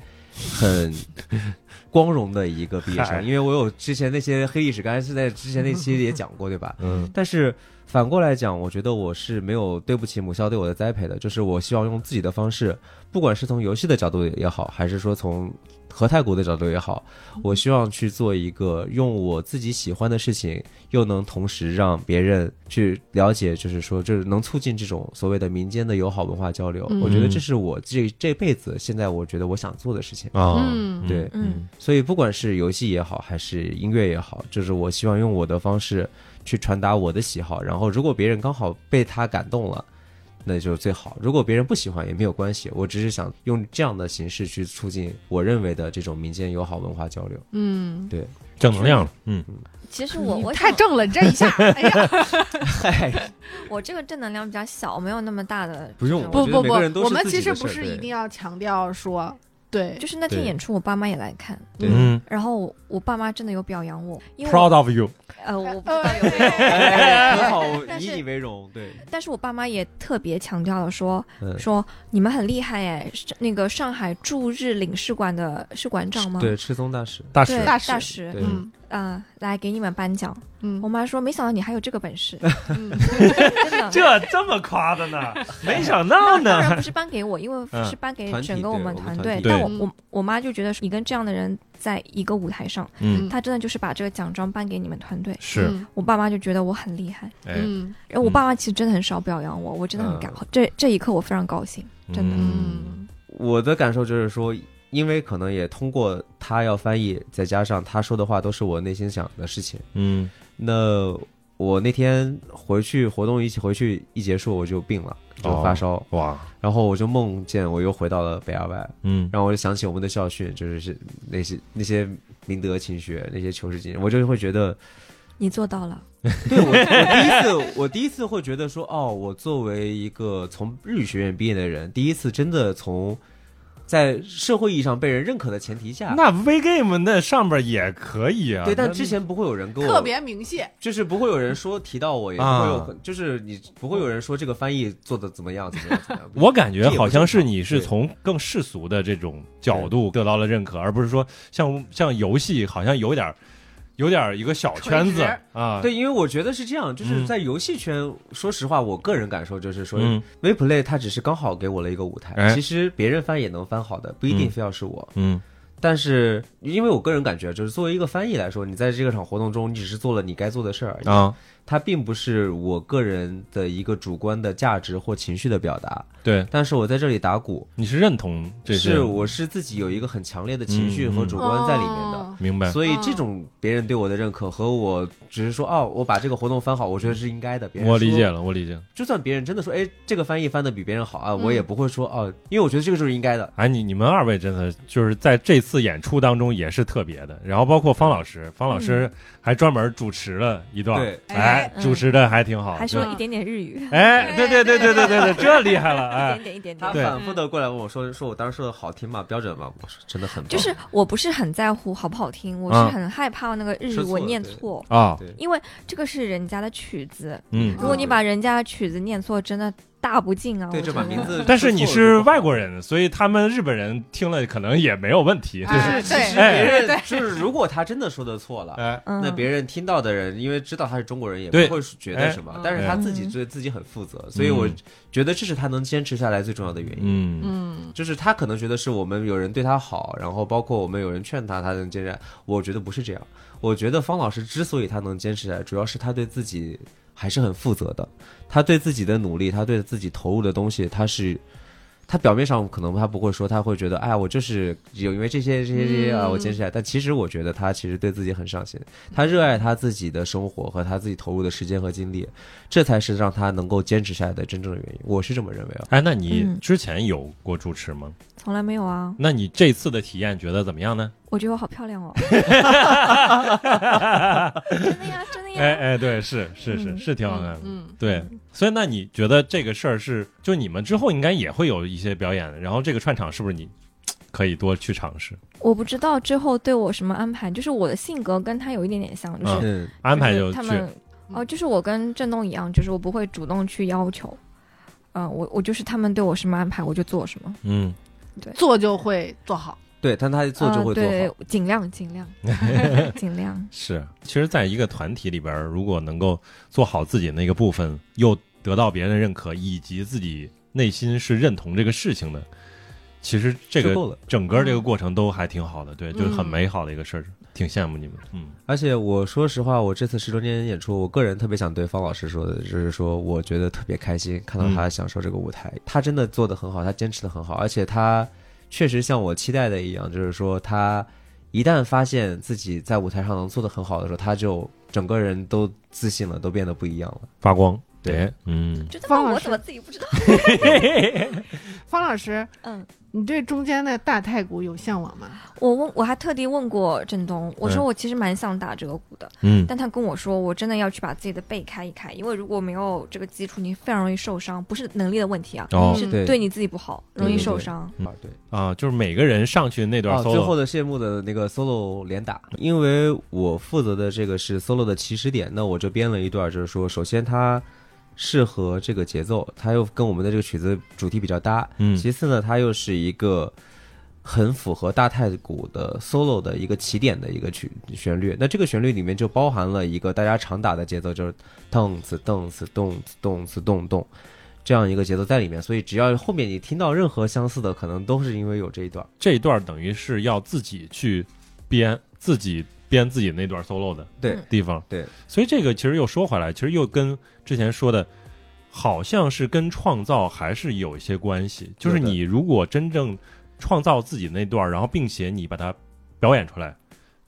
很 光荣的一个毕业嗨生，因为我有之前那些黑历史，刚才是在之前那期也讲过，对吧？嗯但是反过来讲，我觉得我是没有对不起母校对我的栽培的，就是我希望用自己的方式，不管是从游戏的角度也好，还是说从和太古的角度也好，我希望去做一个用我自己喜欢的事情，又能同时让别人去了解，就是说，就是能促进这种所谓的民间的友好文化交流。嗯我觉得这是我这这辈子现在我觉得我想做的事情。啊嗯对，嗯所以不管是游戏也好，还是音乐也好，就是我希望用我的方式去传达我的喜好。然后，如果别人刚好被他感动了，那就最好；如果别人不喜欢也没有关系，我只是想用这样的形式去促进我认为的这种民间友好文化交流。嗯，正能量了，嗯其实我你我太想正了，你这 一下，哎呀，嗨，我这个正能量比较小，没有那么大的不用这种不不我觉得每不，个人都是我们自己其的实事不儿是对一定要强调说，对，就是那天对演出，我爸妈也来看，对嗯然后我我爸妈真的有表扬我，因为我，proud of you，呃我不知呃道有没有，很好，我但以是你为荣。对，但是我爸妈也特别强调了说嗯，说你们很厉害哎，是那个上海驻日领事馆的是馆长吗？对，赤松大使，大使对，大大使使，对，嗯啊，来给你们颁奖。我嗯妈说没想到你还有这个本 事，嗯，真 的。这这么夸的呢？没想到当 然不呢，是颁给我，因为是颁给嗯团体整个对们我们团团队。体但我对我我妈就觉得说你跟这样的人在一个舞台上，嗯她真的就是把这个奖状颁给你们团队。是，嗯我爸妈就觉得我很厉害，哎，嗯然后我爸妈其实真的很少表扬我，我真的很嗯感，这这一刻我非常高兴。真的嗯嗯我的感受就是说，因为可能也通过他要翻译，再加上他说的话都是我内心想的事情。嗯那我那天回去活动一起回去一结束我就病了，就发烧，哇，然后我就梦见我又回到了北二外，嗯然后我就想起我们的校训，就是 是那些那些明德勤学那些求是精神，我就会觉得，你做到了，对我我第一次我第一次会觉得说，哦，我作为一个从日语学院毕业的人，第一次真的从。在社会意义上被人认可的前提下，那 V game 那上边也可以啊，对，但之前不会有人跟嗯我特别明谢，就是不会有人说提到我，也不啊会有很，就是你不会有人说这个翻译做的怎么样，怎么样，怎么样。我感觉好像是你这也是不正常从更世俗的这种角度得到了认可，而不是说像像游戏好像有点儿有点儿一个小圈子垂直啊，对，因为我觉得是这样，就是嗯在游戏圈，说实话，我个人感受就是说嗯，WePlay 它只是刚好给我了一个舞台，哎其实别人翻也能翻好的，不一定嗯非要是我。嗯但是因为我个人感觉，就是作为一个翻译来说，你在这个场活动中，你只是做了你该做的事儿而已，啊，它并不是我个人的一个主观的价值或情绪的表达。对，但是我在这里打鼓，你是认同这些是我是自己有一个很强烈的情绪嗯和嗯主观在里面的，哦明白。所以嗯这种别人对我的认可和我只是说哦，我把这个活动翻好，我觉得是应该的。别人我理说解了，我理解了。就算别人真的说，哎，这个翻译翻的比别人好啊，我也嗯不会说哦，因为我觉得这个就是应该的。哎，你你们二位真的就是在这次演出当中也是特别的，然后包括方老师，方老师还专门主持了一段，对哎，哎主持的还哦挺好，还说就一点点日语，哎，对对对对对对对，这厉害了，一 哎点，点一点他对嗯点。反复的过来问我说，说我当时说的好听嘛，标准嘛，我说真的很棒就是我不是很在乎好不好听，我嗯是很害怕那个日语说错我了念对错，啊，对因为这个是人家的曲子，嗯如，果你把人家的曲子念错，真的大不敬啊！对，我这觉把得名字说错了就不好。但是你是外国人，所以他们日本人听了可能也没有问题，就是哎其对实别对人就是如果他真的说的错了。哎，嗯，那别人听到的人，因为知道他是中国人，也对不会觉得什么哎，但是他自己嗯对自己很负责，所以我嗯觉得这是他能坚持下来最重要的原因。嗯，嗯，就是他可能觉得是我们有人对他好，然后包括我们有人劝他，他能坚持下来。我觉得不是这样，我觉得方老师之所以他能坚持下来，主要是他对自己还是很负责的，他对自己的努力，他对自己投入的东西，他是。他表面上可能他不会说，他会觉得，哎，我就是有因为这些这些这些啊，嗯我坚持下来。但其实我觉得他其实对自己很上心，他热爱他自己的生活和他自己投入的时间和精力，这才是让他能够坚持下来的真正的原因。我是这么认为啊。哎，那你嗯之前有过主持吗？从来没有啊，那你这次的体验觉得怎么样呢？ 我觉得我好漂亮哦， 真的呀，真的哎呀，哎，对，是是是嗯是挺好看的，嗯，对，所以那你觉得这个事儿是，就你们之后应该也会有一些表演，然后这个串场是不是你可以多去尝试我不知道之后对我什么安排，就是我的性格跟他有一点点像，就是嗯，安排就就是他去？们哦、就是我跟郑东一样，就是我不会主动去要求，嗯、我我就是他们对我什么安排我就做什么，嗯，做就会做好。对，但他做就会做好。呃、对，尽量尽 量尽量，是。其实，在一个团体里边儿，如果能够做好自己那个部分，又得到别人的认可，以及自己内心是认同这个事情的，其实这就个嗯够了。整个这个过程都还挺好的，对，就很嗯美好的一个事儿，挺羡慕你们。嗯而且我说实话，我这次十周年演出，我个人特别想对方老师说的，就是说我觉得特别开心，看到他嗯享受这个舞台，他真的做得很好，他坚持的很好，而且他确实像我期待的一样，就是说他一旦发现自己在舞台上能做得很好的时候，他就整个人都自信了，都变得不一样了。发光，对哎，嗯，就他方妈老我师怎么自己不知道？方老师，嗯，你对中间的大太鼓有向往吗？我问我还特地问过郑东，我嗯说我其实蛮想打这个鼓的，嗯，但他跟我说，我真的要去把自己的背开一开，因为如果没有这个基础，你非常容易受伤，不是能力的问题啊，哦嗯对对你自己不好，对容易对受对伤。嗯啊，对。啊，就是每个人上去那段啊，最 solo，后的谢幕的那个 solo 连打，因为我负责的这个是 solo 的起始点，那我就编了一段，就是说，首先它适合这个节奏，它又跟我们的这个曲子主题比较搭，嗯其次呢，它又是一个很符合大太鼓的 solo 的一个起点的一个曲旋律。那这个旋律里面就包含了一个大家常打的节奏，就是动次动次动次动次动动这样一个节奏在里面。所以只要后面你听到任何相似的，可能都是因为有这一段。这一段等于是要自己去编，自己编自己那段 solo 的对嗯地方。对，所以这个其实又说回来，其实又跟之前说的，好像是跟创造还是有一些关系。就是有的你如果真正创造自己那段，然后并且你把它表演出来，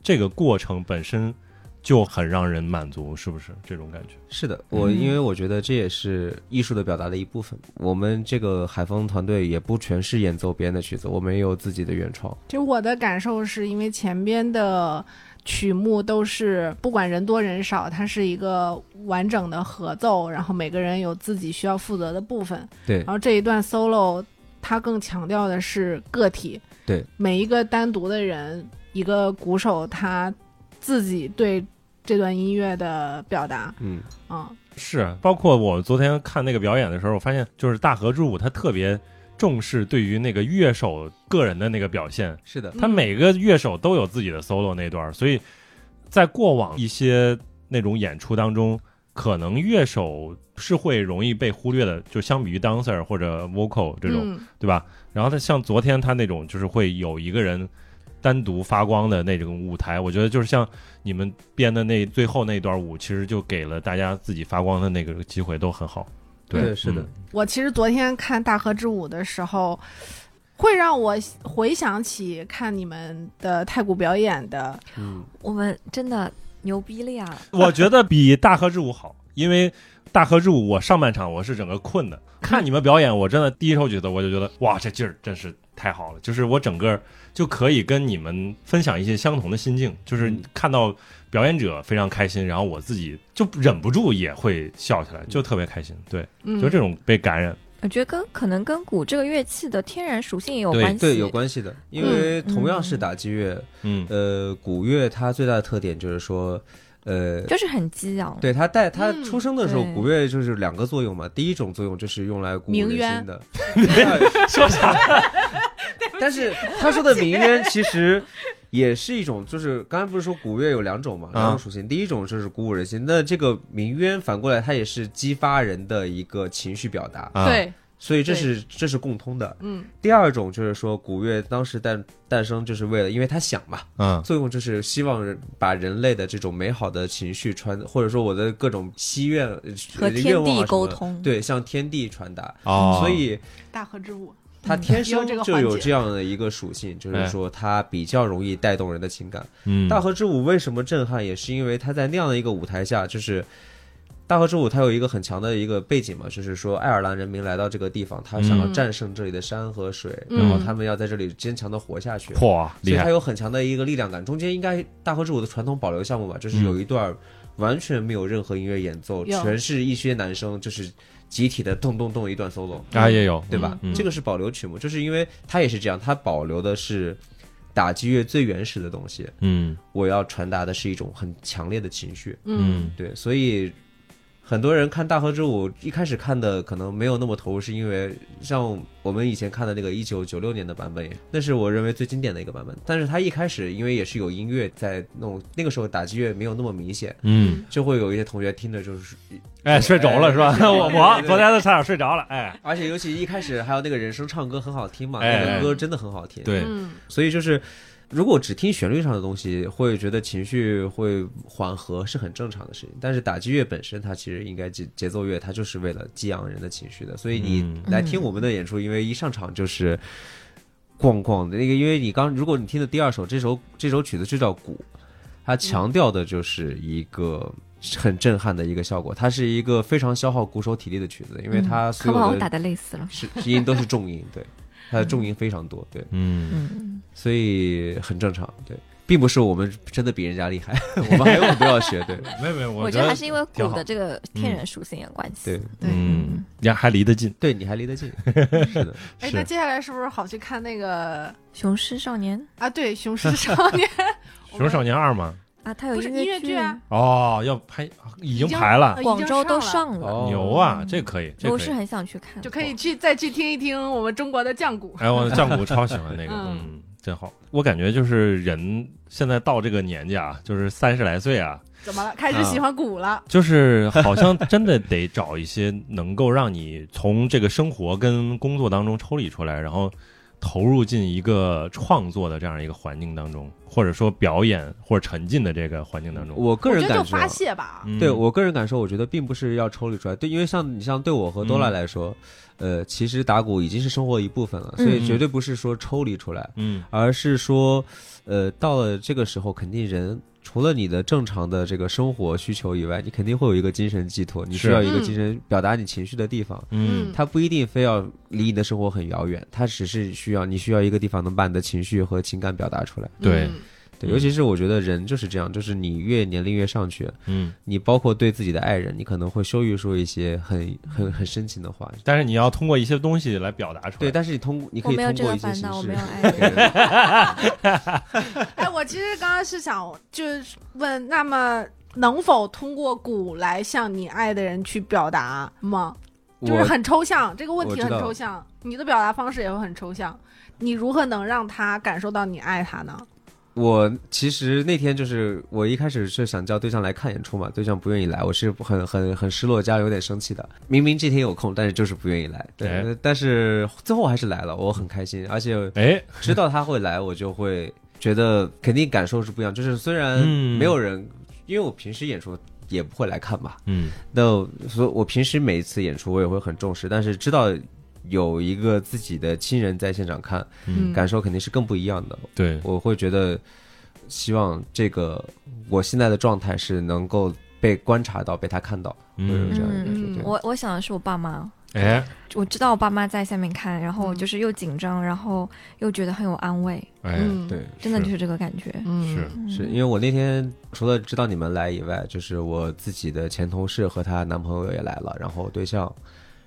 这个过程本身就很让人满足，是不是这种感觉？是的，我嗯因为我觉得这也是艺术的表达的一部分。我们这个海风团队也不全是演奏别人的曲子，我们也有自己的原创。就我的感受是因为前边的曲目都是不管人多人少，它是一个完整的合奏，然后每个人有自己需要负责的部分。对然后这一段 solo，它更强调的是个体，对每一个单独的人，一个鼓手他自己对这段音乐的表达嗯，啊、是，包括我昨天看那个表演的时候，我发现就是大河之舞，它特别重视对于那个乐手个人的那个表现，是的，他嗯每个乐手都有自己的 solo 那段儿，所以在过往一些那种演出当中，可能乐手是会容易被忽略的，就相比于 dancer 或者 vocal 这种，嗯对吧？然后他像昨天他那种，就是会有一个人单独发光的那种舞台，我觉得就是像你们编的那最后那段舞，其实就给了大家自己发光的那个机会，都很好。对是的嗯我其实昨天看《大河之舞》的时候，会让我回想起看你们的太鼓表演的，嗯，我们真的牛逼了 呀！我觉得比大河之舞好，因为大河之舞我上半场我是整个困的，看你们表演，我真的第一首曲子我就觉得哇，这劲儿真是太好了，就是我整个就可以跟你们分享一些相同的心境，就是嗯看到表演者非常开心，然后我自己就忍不住也会笑起来，就特别开心，对，嗯，就这种被感染。我觉得跟可能跟鼓这个乐器的天然属性也有对关系，对，有关系的，因为同样是打击乐，嗯，呃，古乐它最大的特点就是说，呃，就是很激昂。对它带它嗯出生的时候，对古乐就是两个作用嘛。第一种作用就是用来鼓舞鸣人冤心的，嗯说啥？但是他说的鸣 冤其实也是一种，就是刚才不是说古乐有两种嘛，啊两种属性。第一种就是鼓舞人心，那这个鸣冤反过来它也是激发人的一个情绪表达，啊，对，所以这是这是共通的。嗯第二种就是说古乐当时诞诞生就是为了，因为它响嘛，嗯，作用就是希望人把人类的这种美好的情绪传，或者说我的各种希愿呃和愿天望啊什地么沟的，通，对，向天地传达。哦，所以大河之舞，它天嗯有生这个就环有节这样的一个属性，就哎是说它比较容易带动人的情感。嗯，大河之舞为什么震撼，也是因为它在那样的一个舞台下，就是大河之舞它有一个很强的一个背景嘛，就是说爱尔兰人民来到这个地方，他想要嗯战胜这里的山和水，嗯然后他们要在这里坚强的活下去。嚯，所以嗯厉它害，有很强的一个力量感。中间应该大河之舞的传统保留项目吧，嗯就是有一段完全没有任何音乐演奏，有全是一些男生就是集体的动动动一段 solo，啊也有，对吧？嗯这个是保留曲目，就是因为它也是这样，它保留的是打击乐最原始的东西。嗯我要传达的是一种很强烈的情绪，嗯嗯对，所以。很多人看《大河之舞》，一开始看的可能没有那么投入，是因为像我们以前看的那个一九九六年的版本，那是我认为最经典的一个版本。但是它一开始因为也是有音乐在弄，那个时候打击乐没有那么明显，嗯，就会有一些同学听着就是，哎，睡着了是吧？哎我我昨天都差点睡着了，哎，而且尤其一开始还有那个人声唱歌很好听嘛，哎那个歌真的很好听。对，嗯所以就是，如果只听旋律上的东西，会觉得情绪会缓和是很正常的事情。但是打击乐本身，它其实应该节节奏乐，它就是为了激昂人的情绪的。所以你嗯来听我们的演出，因为一上场就是逛逛的那个，因为你刚如果你听的第二首这首这首曲子就叫鼓，它强调的就是一个。很震撼的一个效果，它是一个非常消耗鼓手体力的曲子，因为嗯它可所把我有打的的累死了。是音都是重音，对，它的重音非常多，对。嗯，嗯，所以很正常，对，并不是我们真的比人家厉害， 我们还有很多要学， 对没有没有，我我觉觉得还得是因为挺鼓好的这个天然属性有关系。嗯对对，嗯，人还离得近，对，你还离得 近，是的，哎，是那接下来是不是好去看那个雄狮少年啊？对，《雄 狮少年》 《熊少年二》嘛，啊，他有不是音乐剧啊，哦，要拍已经已经排了呃，广州都已经上上了，哦牛啊，这可以，这我可以是。很想去看，就可以去再去听一听我们中国的降鼓。哎，我战鼓超喜欢那个，嗯嗯，真好。我感觉就是人现在到这个年纪啊，就是三十来岁啊，怎么了？开始喜欢鼓了？就是好像真的得找一些能够让你从这个生活跟工作当中抽离出来，然后投入进一个创作的这样一个环境当中，或者说表演或者沉浸的这个环境当中。我个我人觉得就感受发，泄吧。嗯对我个人感受，我觉得并不是要抽离出来，对，因为像你像对我和多拉嗯来说，呃，其实打鼓已经是生活一部分了，所嗯以绝对不是说抽离出来，嗯而是说，呃，到了这个时候，肯定人除了你的正常的这个生活需求以外，你肯定会有一个精神寄托，你需是要一个嗯精神表达你情绪的地方。嗯它不一定非要离你的生活很遥远，它只是需要你需要一个地方能把你的情绪和情感表达出来。对嗯嗯对，尤其是我觉得人就是这样，就是你越年龄越上去，嗯，你包括对自己的爱人，你可能会羞于说一些很很很深情的话。但是你要通过一些东西来表达出来。对，但是你通过你我可以没有通这过个一些烦形恼，我式没有，爱。对哎，我其实刚刚是想就是问，那么能否通过鼓来向你爱的人去表达吗？就是 我很抽象，这个问我题知很道抽象，你的表达方式也会很抽象。你如何能让他感受到你爱他呢？我其实那天就是我一开始是想叫对象来看演出嘛，对象不愿意来，我是很很很失落加有点生气的。明明这天有空，但是就是不愿意来。对，哎但是最后还是来了，我很开心，而且嗯哎，知道他会来，我就会觉得肯定感受是不一样。就是虽然嗯没有人，因为我平时演出也不会来看嘛，嗯那所以我平时每一次演出我也会很重视，但是知道有一个自己的亲人在现场看，嗯感受肯定是更不一样的。对，我会觉得，希望这个我现在的状态是能够被观察到，被他看到，会有这嗯，样一个感觉。嗯对我我想的是我爸妈，哎我知道我爸妈在下面看，然后我嗯就是又紧张，然后又觉得很有安慰，哎，嗯，对，真的是就是这个感觉。嗯是，是因为我那天除了知道你们来以外，就是我自己的前同事和她男朋友也来了，然后我对象。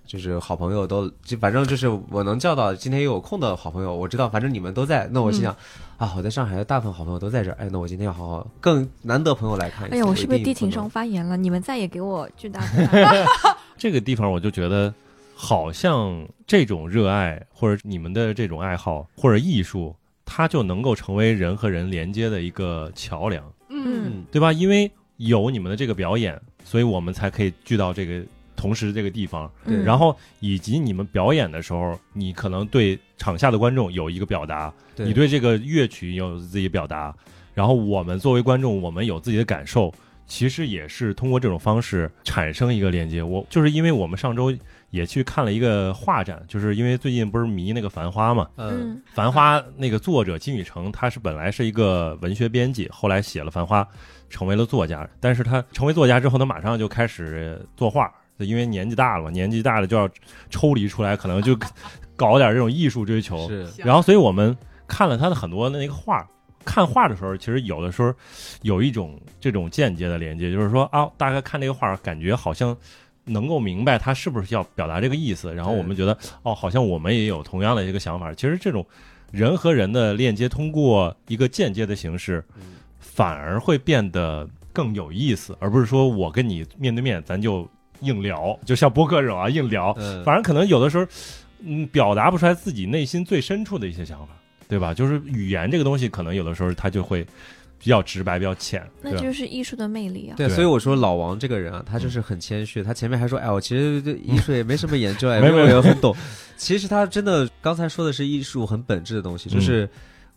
就是好朋友都，就反正就是我能叫到今天又有空的好朋友，我知道反正你们都在，那我心想、啊，我在上海的大部分好朋友都在这儿，哎，那我今天要好好更难得朋友来看一次。哎呀，我一是不是定低情能商发言了？你们再也给我巨大的 这个地方我就觉得，好像这种热爱或者你们的这种爱好或者艺术，它就能够成为人和人连接的一个桥梁，嗯对吧？因为有你们的这个表演，所以我们才可以聚到这个同时这个地方，对嗯然后以及你们表演的时候，你可能对场下的观众有一个表达，对你对这个乐曲有自己表达，然后我们作为观众，我们有自己的感受，其实也是通过这种方式产生一个连接。我就是因为我们上周也去看了一个画展，就是因为最近不是迷那个《繁花》嘛，嗯嗯《繁花》那个作者金宇澄，他是本来是一个文学编辑，后来写了《繁花》，成为了作家。但是他成为作家之后，他马上就开始作画，就因为年纪大了嘛，年纪大了就要抽离出来，可能就搞点这种艺术追求。是行然后，所以我们看了他的很多的那个画，看画的时候，其实有的时候有一种这种间接的连接，就是说啊，大概看这个画，感觉好像能够明白他是不是要表达这个意思，然后我们觉得哦，好像我们也有同样的一个想法。其实这种人和人的链接，通过一个间接的形式，反而会变得更有意思，而不是说我跟你面对面，咱就硬聊，就像播客这种啊，硬聊，嗯，反正可能有的时候，嗯，表达不出来自己内心最深处的一些想法，对吧？就是语言这个东西，可能有的时候它就会比较直白，比较浅，对那吧？就是艺术的魅力啊。啊对，对所以我说老王这个人啊，他就是很谦虚。他前面还说，哎，我其实 对艺术也没什么研究，哎，没有没没有有很懂。其实他真的刚才说的是艺术很本质的嗯东西，就是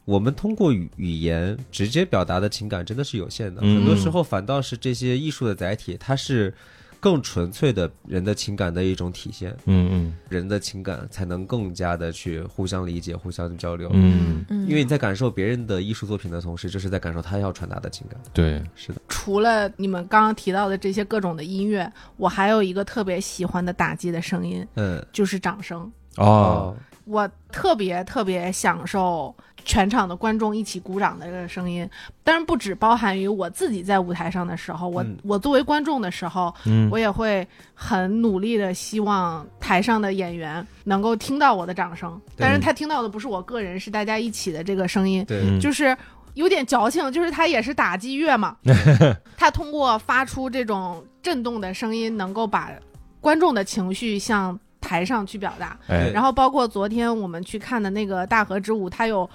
我们通过语语言直接表达的情感真的是有限的。嗯很多时候反倒是这些艺术的载体，它是更纯粹的人的情感的一种体现，嗯人的情感才能更加的去互相理解、互相交流。嗯嗯，嗯，因为你在感受别人的艺术作品的同时，就是在感受他要传达的情感。对，是的，除了你们刚刚提到的这些各种的音乐，我还有一个特别喜欢的打击的声音，嗯，就是掌声。哦，，我特别特别享受全场的观众一起鼓掌的这个声音，当然不只包含于我自己在舞台上的时候，我、嗯我作为观众的时候，嗯我也会很努力的希望台上的演员能够听到我的掌声，但是他听到的不是我个人，是大家一起的这个声音，对，嗯就是有点矫情，就是它也是打击 乐嘛，它通过发出这种震动的声音，能够把观众的情绪向台上去表达。哎对，然后包括昨天我们去看的那个《大河之舞》，它有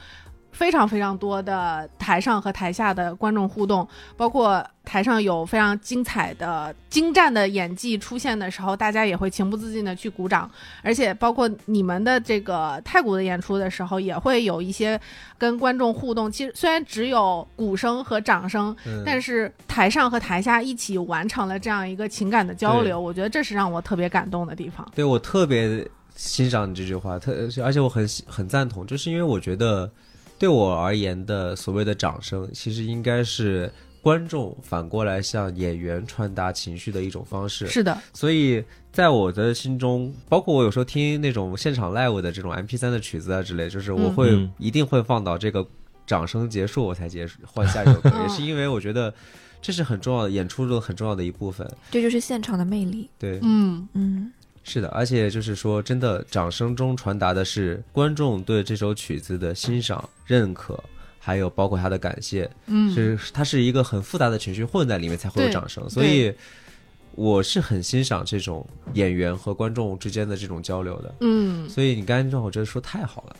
非常非常多的台上和台下的观众互动，包括台上有非常精彩的、精湛的演技出现的时候，大家也会情不自禁的去鼓掌。而且包括你们的这个太鼓的演出的时候，也会有一些跟观众互动。其实虽然只有鼓声和掌声，嗯但是台上和台下一起完成了这样一个情感的交对流，我觉得这是让我特别感动的地方。对我特别欣赏你这句话，特而且我很喜很赞同，就是因为我觉得对我而言的所谓的掌声，其实应该是观众反过来向演员传达情绪的一种方式。是的，所以在我的心中，包括我有时候听那种现场 live 的这种 MP 3的曲子啊之类，就是我会、嗯一定会放到这个掌声结束我才结束换下一首歌，嗯也是因为我觉得这是很重要的演出中很重要的一部分。这就是现场的魅力。对，嗯嗯，是的，而且就是说，真的，掌声中传达的是观众对这首曲子的欣赏、认可，还有包括他的感谢，嗯，是它是一个很复杂的情绪混在里面才会有掌声，对所以我是很欣赏这种演员和观众之间的这种交流的。 嗯，所以你刚才这段我觉得说太好了，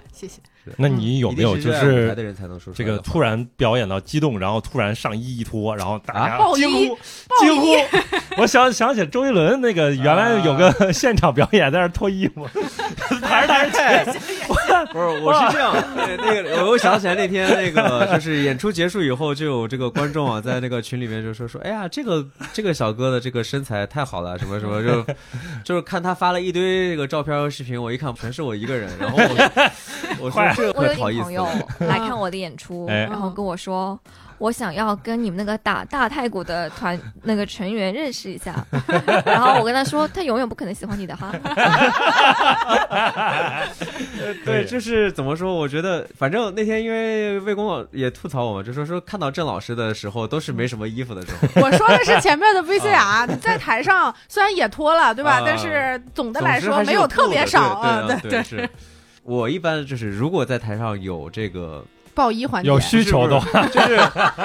谢谢。那你有没有一就定是热爱舞台是的人才能说出这来的个话突然表演到激动，然后突然上衣一脱，然后大啊家暴惊衣呼惊 呼，我想想起周杰 啊 伦那个原来有个现场表演在那儿脱衣服，弹着弹着不是，我是这样，那那个，我又想起来那天那个，就是演出结束以后，就有这个观众啊，在那个群里面就说说，哎呀，这个这个小哥的这个身材太好了，什么什么，就就是看他发了一堆这个照片和视频，我一看全是我一个人，然后我我说这我有一太不好个意思朋 友了，来看我的演出，哎然后跟我说。我想要跟你们那个打大太鼓的团那个成员认识一 下，然后我跟他说，他永远不可能喜欢你的哈。对对，就是怎么说？我觉得，反正那天因为魏公老啊也吐槽我嘛，就说说看到郑老师的时候都是没什么衣服的时候， 我说的是前面的 VCR，你在台上虽然也脱了，对吧啊？但是总的总来之说还是没有特别度的少，对嗯，对啊 对是。我一般就是，如果在台上有这个，爆衣环节，有需求的话，话，就是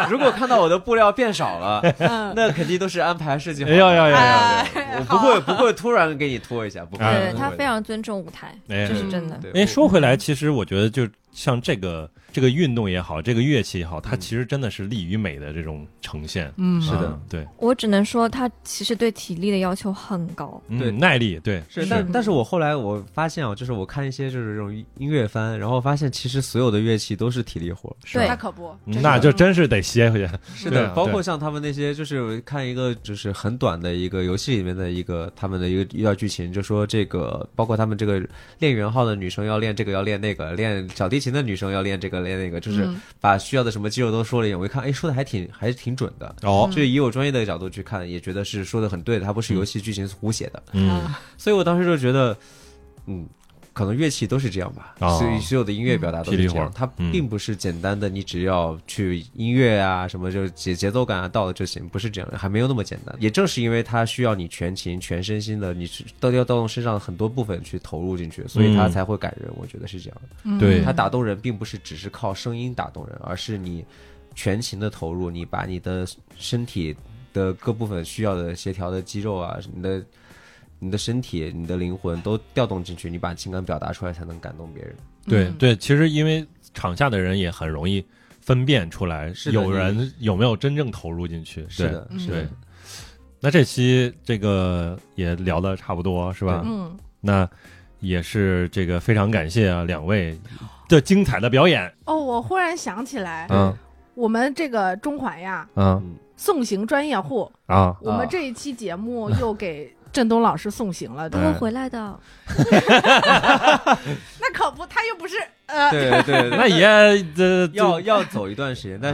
如果看到我的布料变少了， 嗯，那肯定都是安排设计好哎的。呦呦呦哎对我不会不会突然给你拖一下，不会。啊对不会他的非常尊重舞台，哎这是真的。对。哎，我说回来，其实我觉得，就像这个这个运动也好，这个乐器也好，它其实真的是力与美的这种呈现。 嗯，是的啊对，我只能说他其实对体力的要求很高。嗯对耐力，对，是，是但但是我后来我发现啊，就是我看一些就是这种音乐番，然后发现其实所有的乐器都是体嗯力活，是对那可不，真那是就真是得歇回去。是对的啊，包对括像他们那些，就是看一个就是很短的一个游戏里面的一个他们的一个一段剧情，就说这个包括他们这个练元号的女生要练这个要练那个，练小提琴的女生要练这个练那个，就是嗯把需要的什么肌肉都说了一遍。我一看，哎，说的还挺还挺准的。哦，就以我专业的角度去看，也觉得是说的很对的，它不是游戏剧情胡写的。嗯，啊所以我当时就觉得，嗯。可能乐器都是这样吧，哦所以所有的音乐表达都体力是这活儿样，它嗯并不是简单的你只要去音乐啊什么，就是节节奏感啊到了就行，不是这样的，还没有那么简单。也正是因为它需要你全情全身心的，你是都要调动身上很多部分去投入进去，所以它嗯才会感人。我觉得是这样的，对它打动人并不是只是靠声音打动人，而是你全情的投入，你把你的身体的各部分需要的协调的肌肉啊，你的你的身体、你的灵魂都调动进去，你把情感表达出来，才能感动别人。对啊嗯对，其实因为场下的人也很容易分辨出来，是的有人有没有真正投入进去。是对，的，嗯是对的。。那这期这个也聊的差不多是吧？嗯，那也是这个非常感谢啊两位的精彩的表演。哦，我忽然想起来，嗯我们这个中环呀，嗯送行专业户，啊，我们这一期节目又给振东老师送行 了，他哎会回来的，那可不，他又不是呃，对对，对那也呃这嗯要要走一段时间，但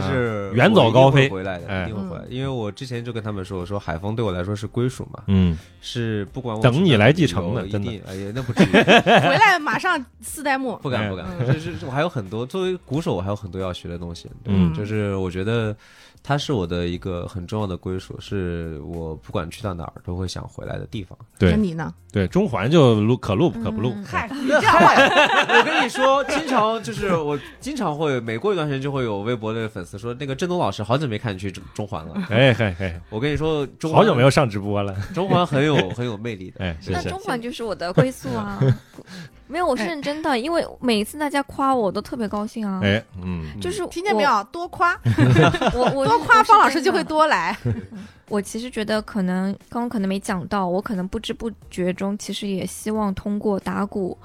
啊是远走高飞我一定会回来的，哎一定会回来。因为我之前就跟他们说，我说海风对我来说是归属嘛，嗯，是不管我等你来继承的，呢一真的定。哎呀，那不至于，回来马上四代哦 目，不敢不敢，嗯就是哎我还有很多作为鼓手，我还有很多要学的东西。对嗯就是我觉得它是我的一个很重要的归属，是我不管去到哪儿都会想回来的地方。对那你呢？对，中环就录可录不可不录。嗯嗯嗨，你那这 嗨，我跟你说，经常就是我经常会每过一段时间就会有微博的粉丝说，那个振东老师好久没看你去中中环了。哎嘿嘿，我跟你说，中好久没有有上直播了。中环很有很有魅力的。哎，谢那谢中。环就是我的归宿 啊。没有，我是认真哎的，因为每一次大家夸我，我都特别高兴啊。哎，嗯，就是听见没有？多夸，我？我我多夸方老师就会。多来。我其实觉得可能刚刚可能没讲到，我可能不知不觉中，其实也希望通过打鼓，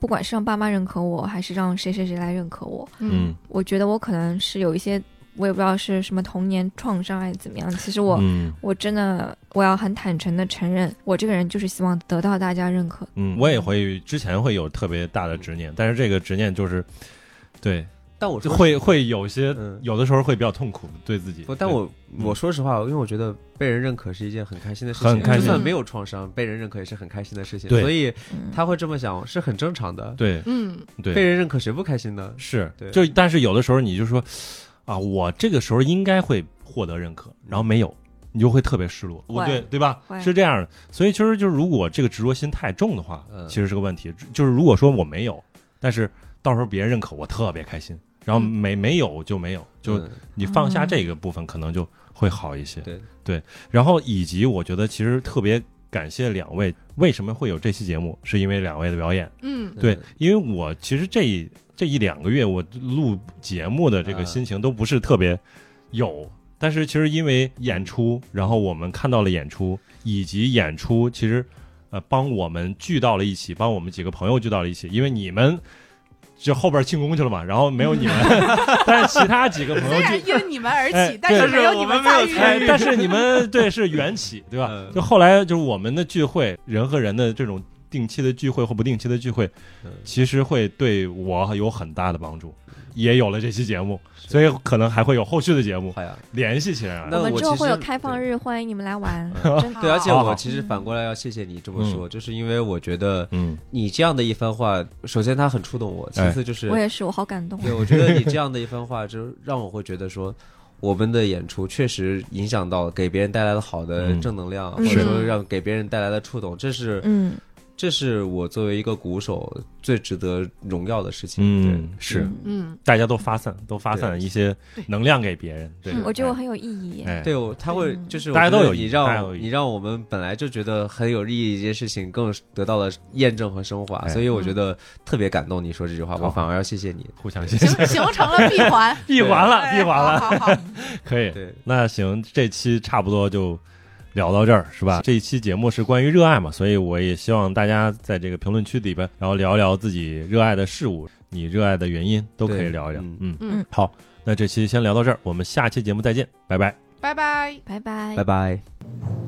不管是让爸妈认可我，还是让谁谁谁来认可我，嗯，我觉得我可能是有一些，我也不知道是什么童年创伤还是怎么样。其实我、嗯我真的我要很坦诚的承认，我这个人就是希望得到大家认可。嗯，我也会之前会有特别大的执念，但是这个执念就是，对，但我就说会会有些嗯有的时候会比较痛苦，对自己不，。但对我嗯我说实话，因为我觉得被人认可是一件很开心的事情，很开就算心没有创伤，被人认可也是很开心的事情。对所以嗯，他会这么想是很正常的。对嗯，对被人认可谁不开心呢？是，对就但是有的时候你就说啊，我这个时候应该会获得认可，然后没有，你就会特别失落，我会对对吧？会是这样的，所以其实就是如果这个执着心太重的话，嗯其实是个问题。就是如果说我没有，但是到时候别人认可我特别开心，然后嗯没、没有就没有，就嗯你放下这个部分，可能就会好一些。对然后以及我觉得其实特别感谢两位，为什么会有这期节目，是因为两位的表演。嗯，对，因为我其实这一这一两个月我录节目的这个心情都不是特别有，但是其实因为演出，然后我们看到了演出，以及演出其实呃帮我们聚到了一起，帮我们几个朋友聚到了一起，因为你们。就后边进攻去了嘛，然后没有你们，但是其他几个朋虽友就然因为你们而哎起，但是对没有你我们没有参与。参 哎与，但是你们对是缘起，对吧？嗯就后来就是我们的聚会，人和人的这种定期的聚会或不定期的聚会嗯，其实会对我有很大的帮助，也有了这期节目，是所以可能还会有后续的节目好呀，联系起来那了。我们我之其后会有实呃开放日，欢迎你们来玩。真对，而且好好我其实反过来要谢谢你这么说，就是因为我觉得嗯，你这样的一番话，首先它很触动我，其哎次就是我也是，我好感动。对，我觉得你这样的一番话，就让我会觉得说，我们的演出确实影响到给别人带来了好的嗯正能量，嗯或者说是让给别人带来的触动，这是嗯，这是我作为一个鼓手最值得荣耀的事情。嗯对是嗯嗯，大家都发散，都发散一些能量给别人。对，嗯我觉得我很有意义。哎，对，我他会嗯就是大家我觉都得有你意义大家都有让意义你让我们本来就觉得很有意义的一件事情，更得到了验证和升华，哎所以我觉得特别感动。你说这句话，好我反而要谢谢你。互相谢谢，形形成了闭环，闭环了，哎闭环了，好好好，可以。对，那行，这期差不多就聊到这儿，是吧？这一期节目是关于热爱嘛，所以我也希望大家在这个评论区里边，然后聊一聊自己热爱的事物，你热爱的原因都可以对聊一聊嗯。嗯，嗯，好，那这期先聊到这儿，我们下期节目再见，拜拜。拜拜。拜拜拜。拜。 Thank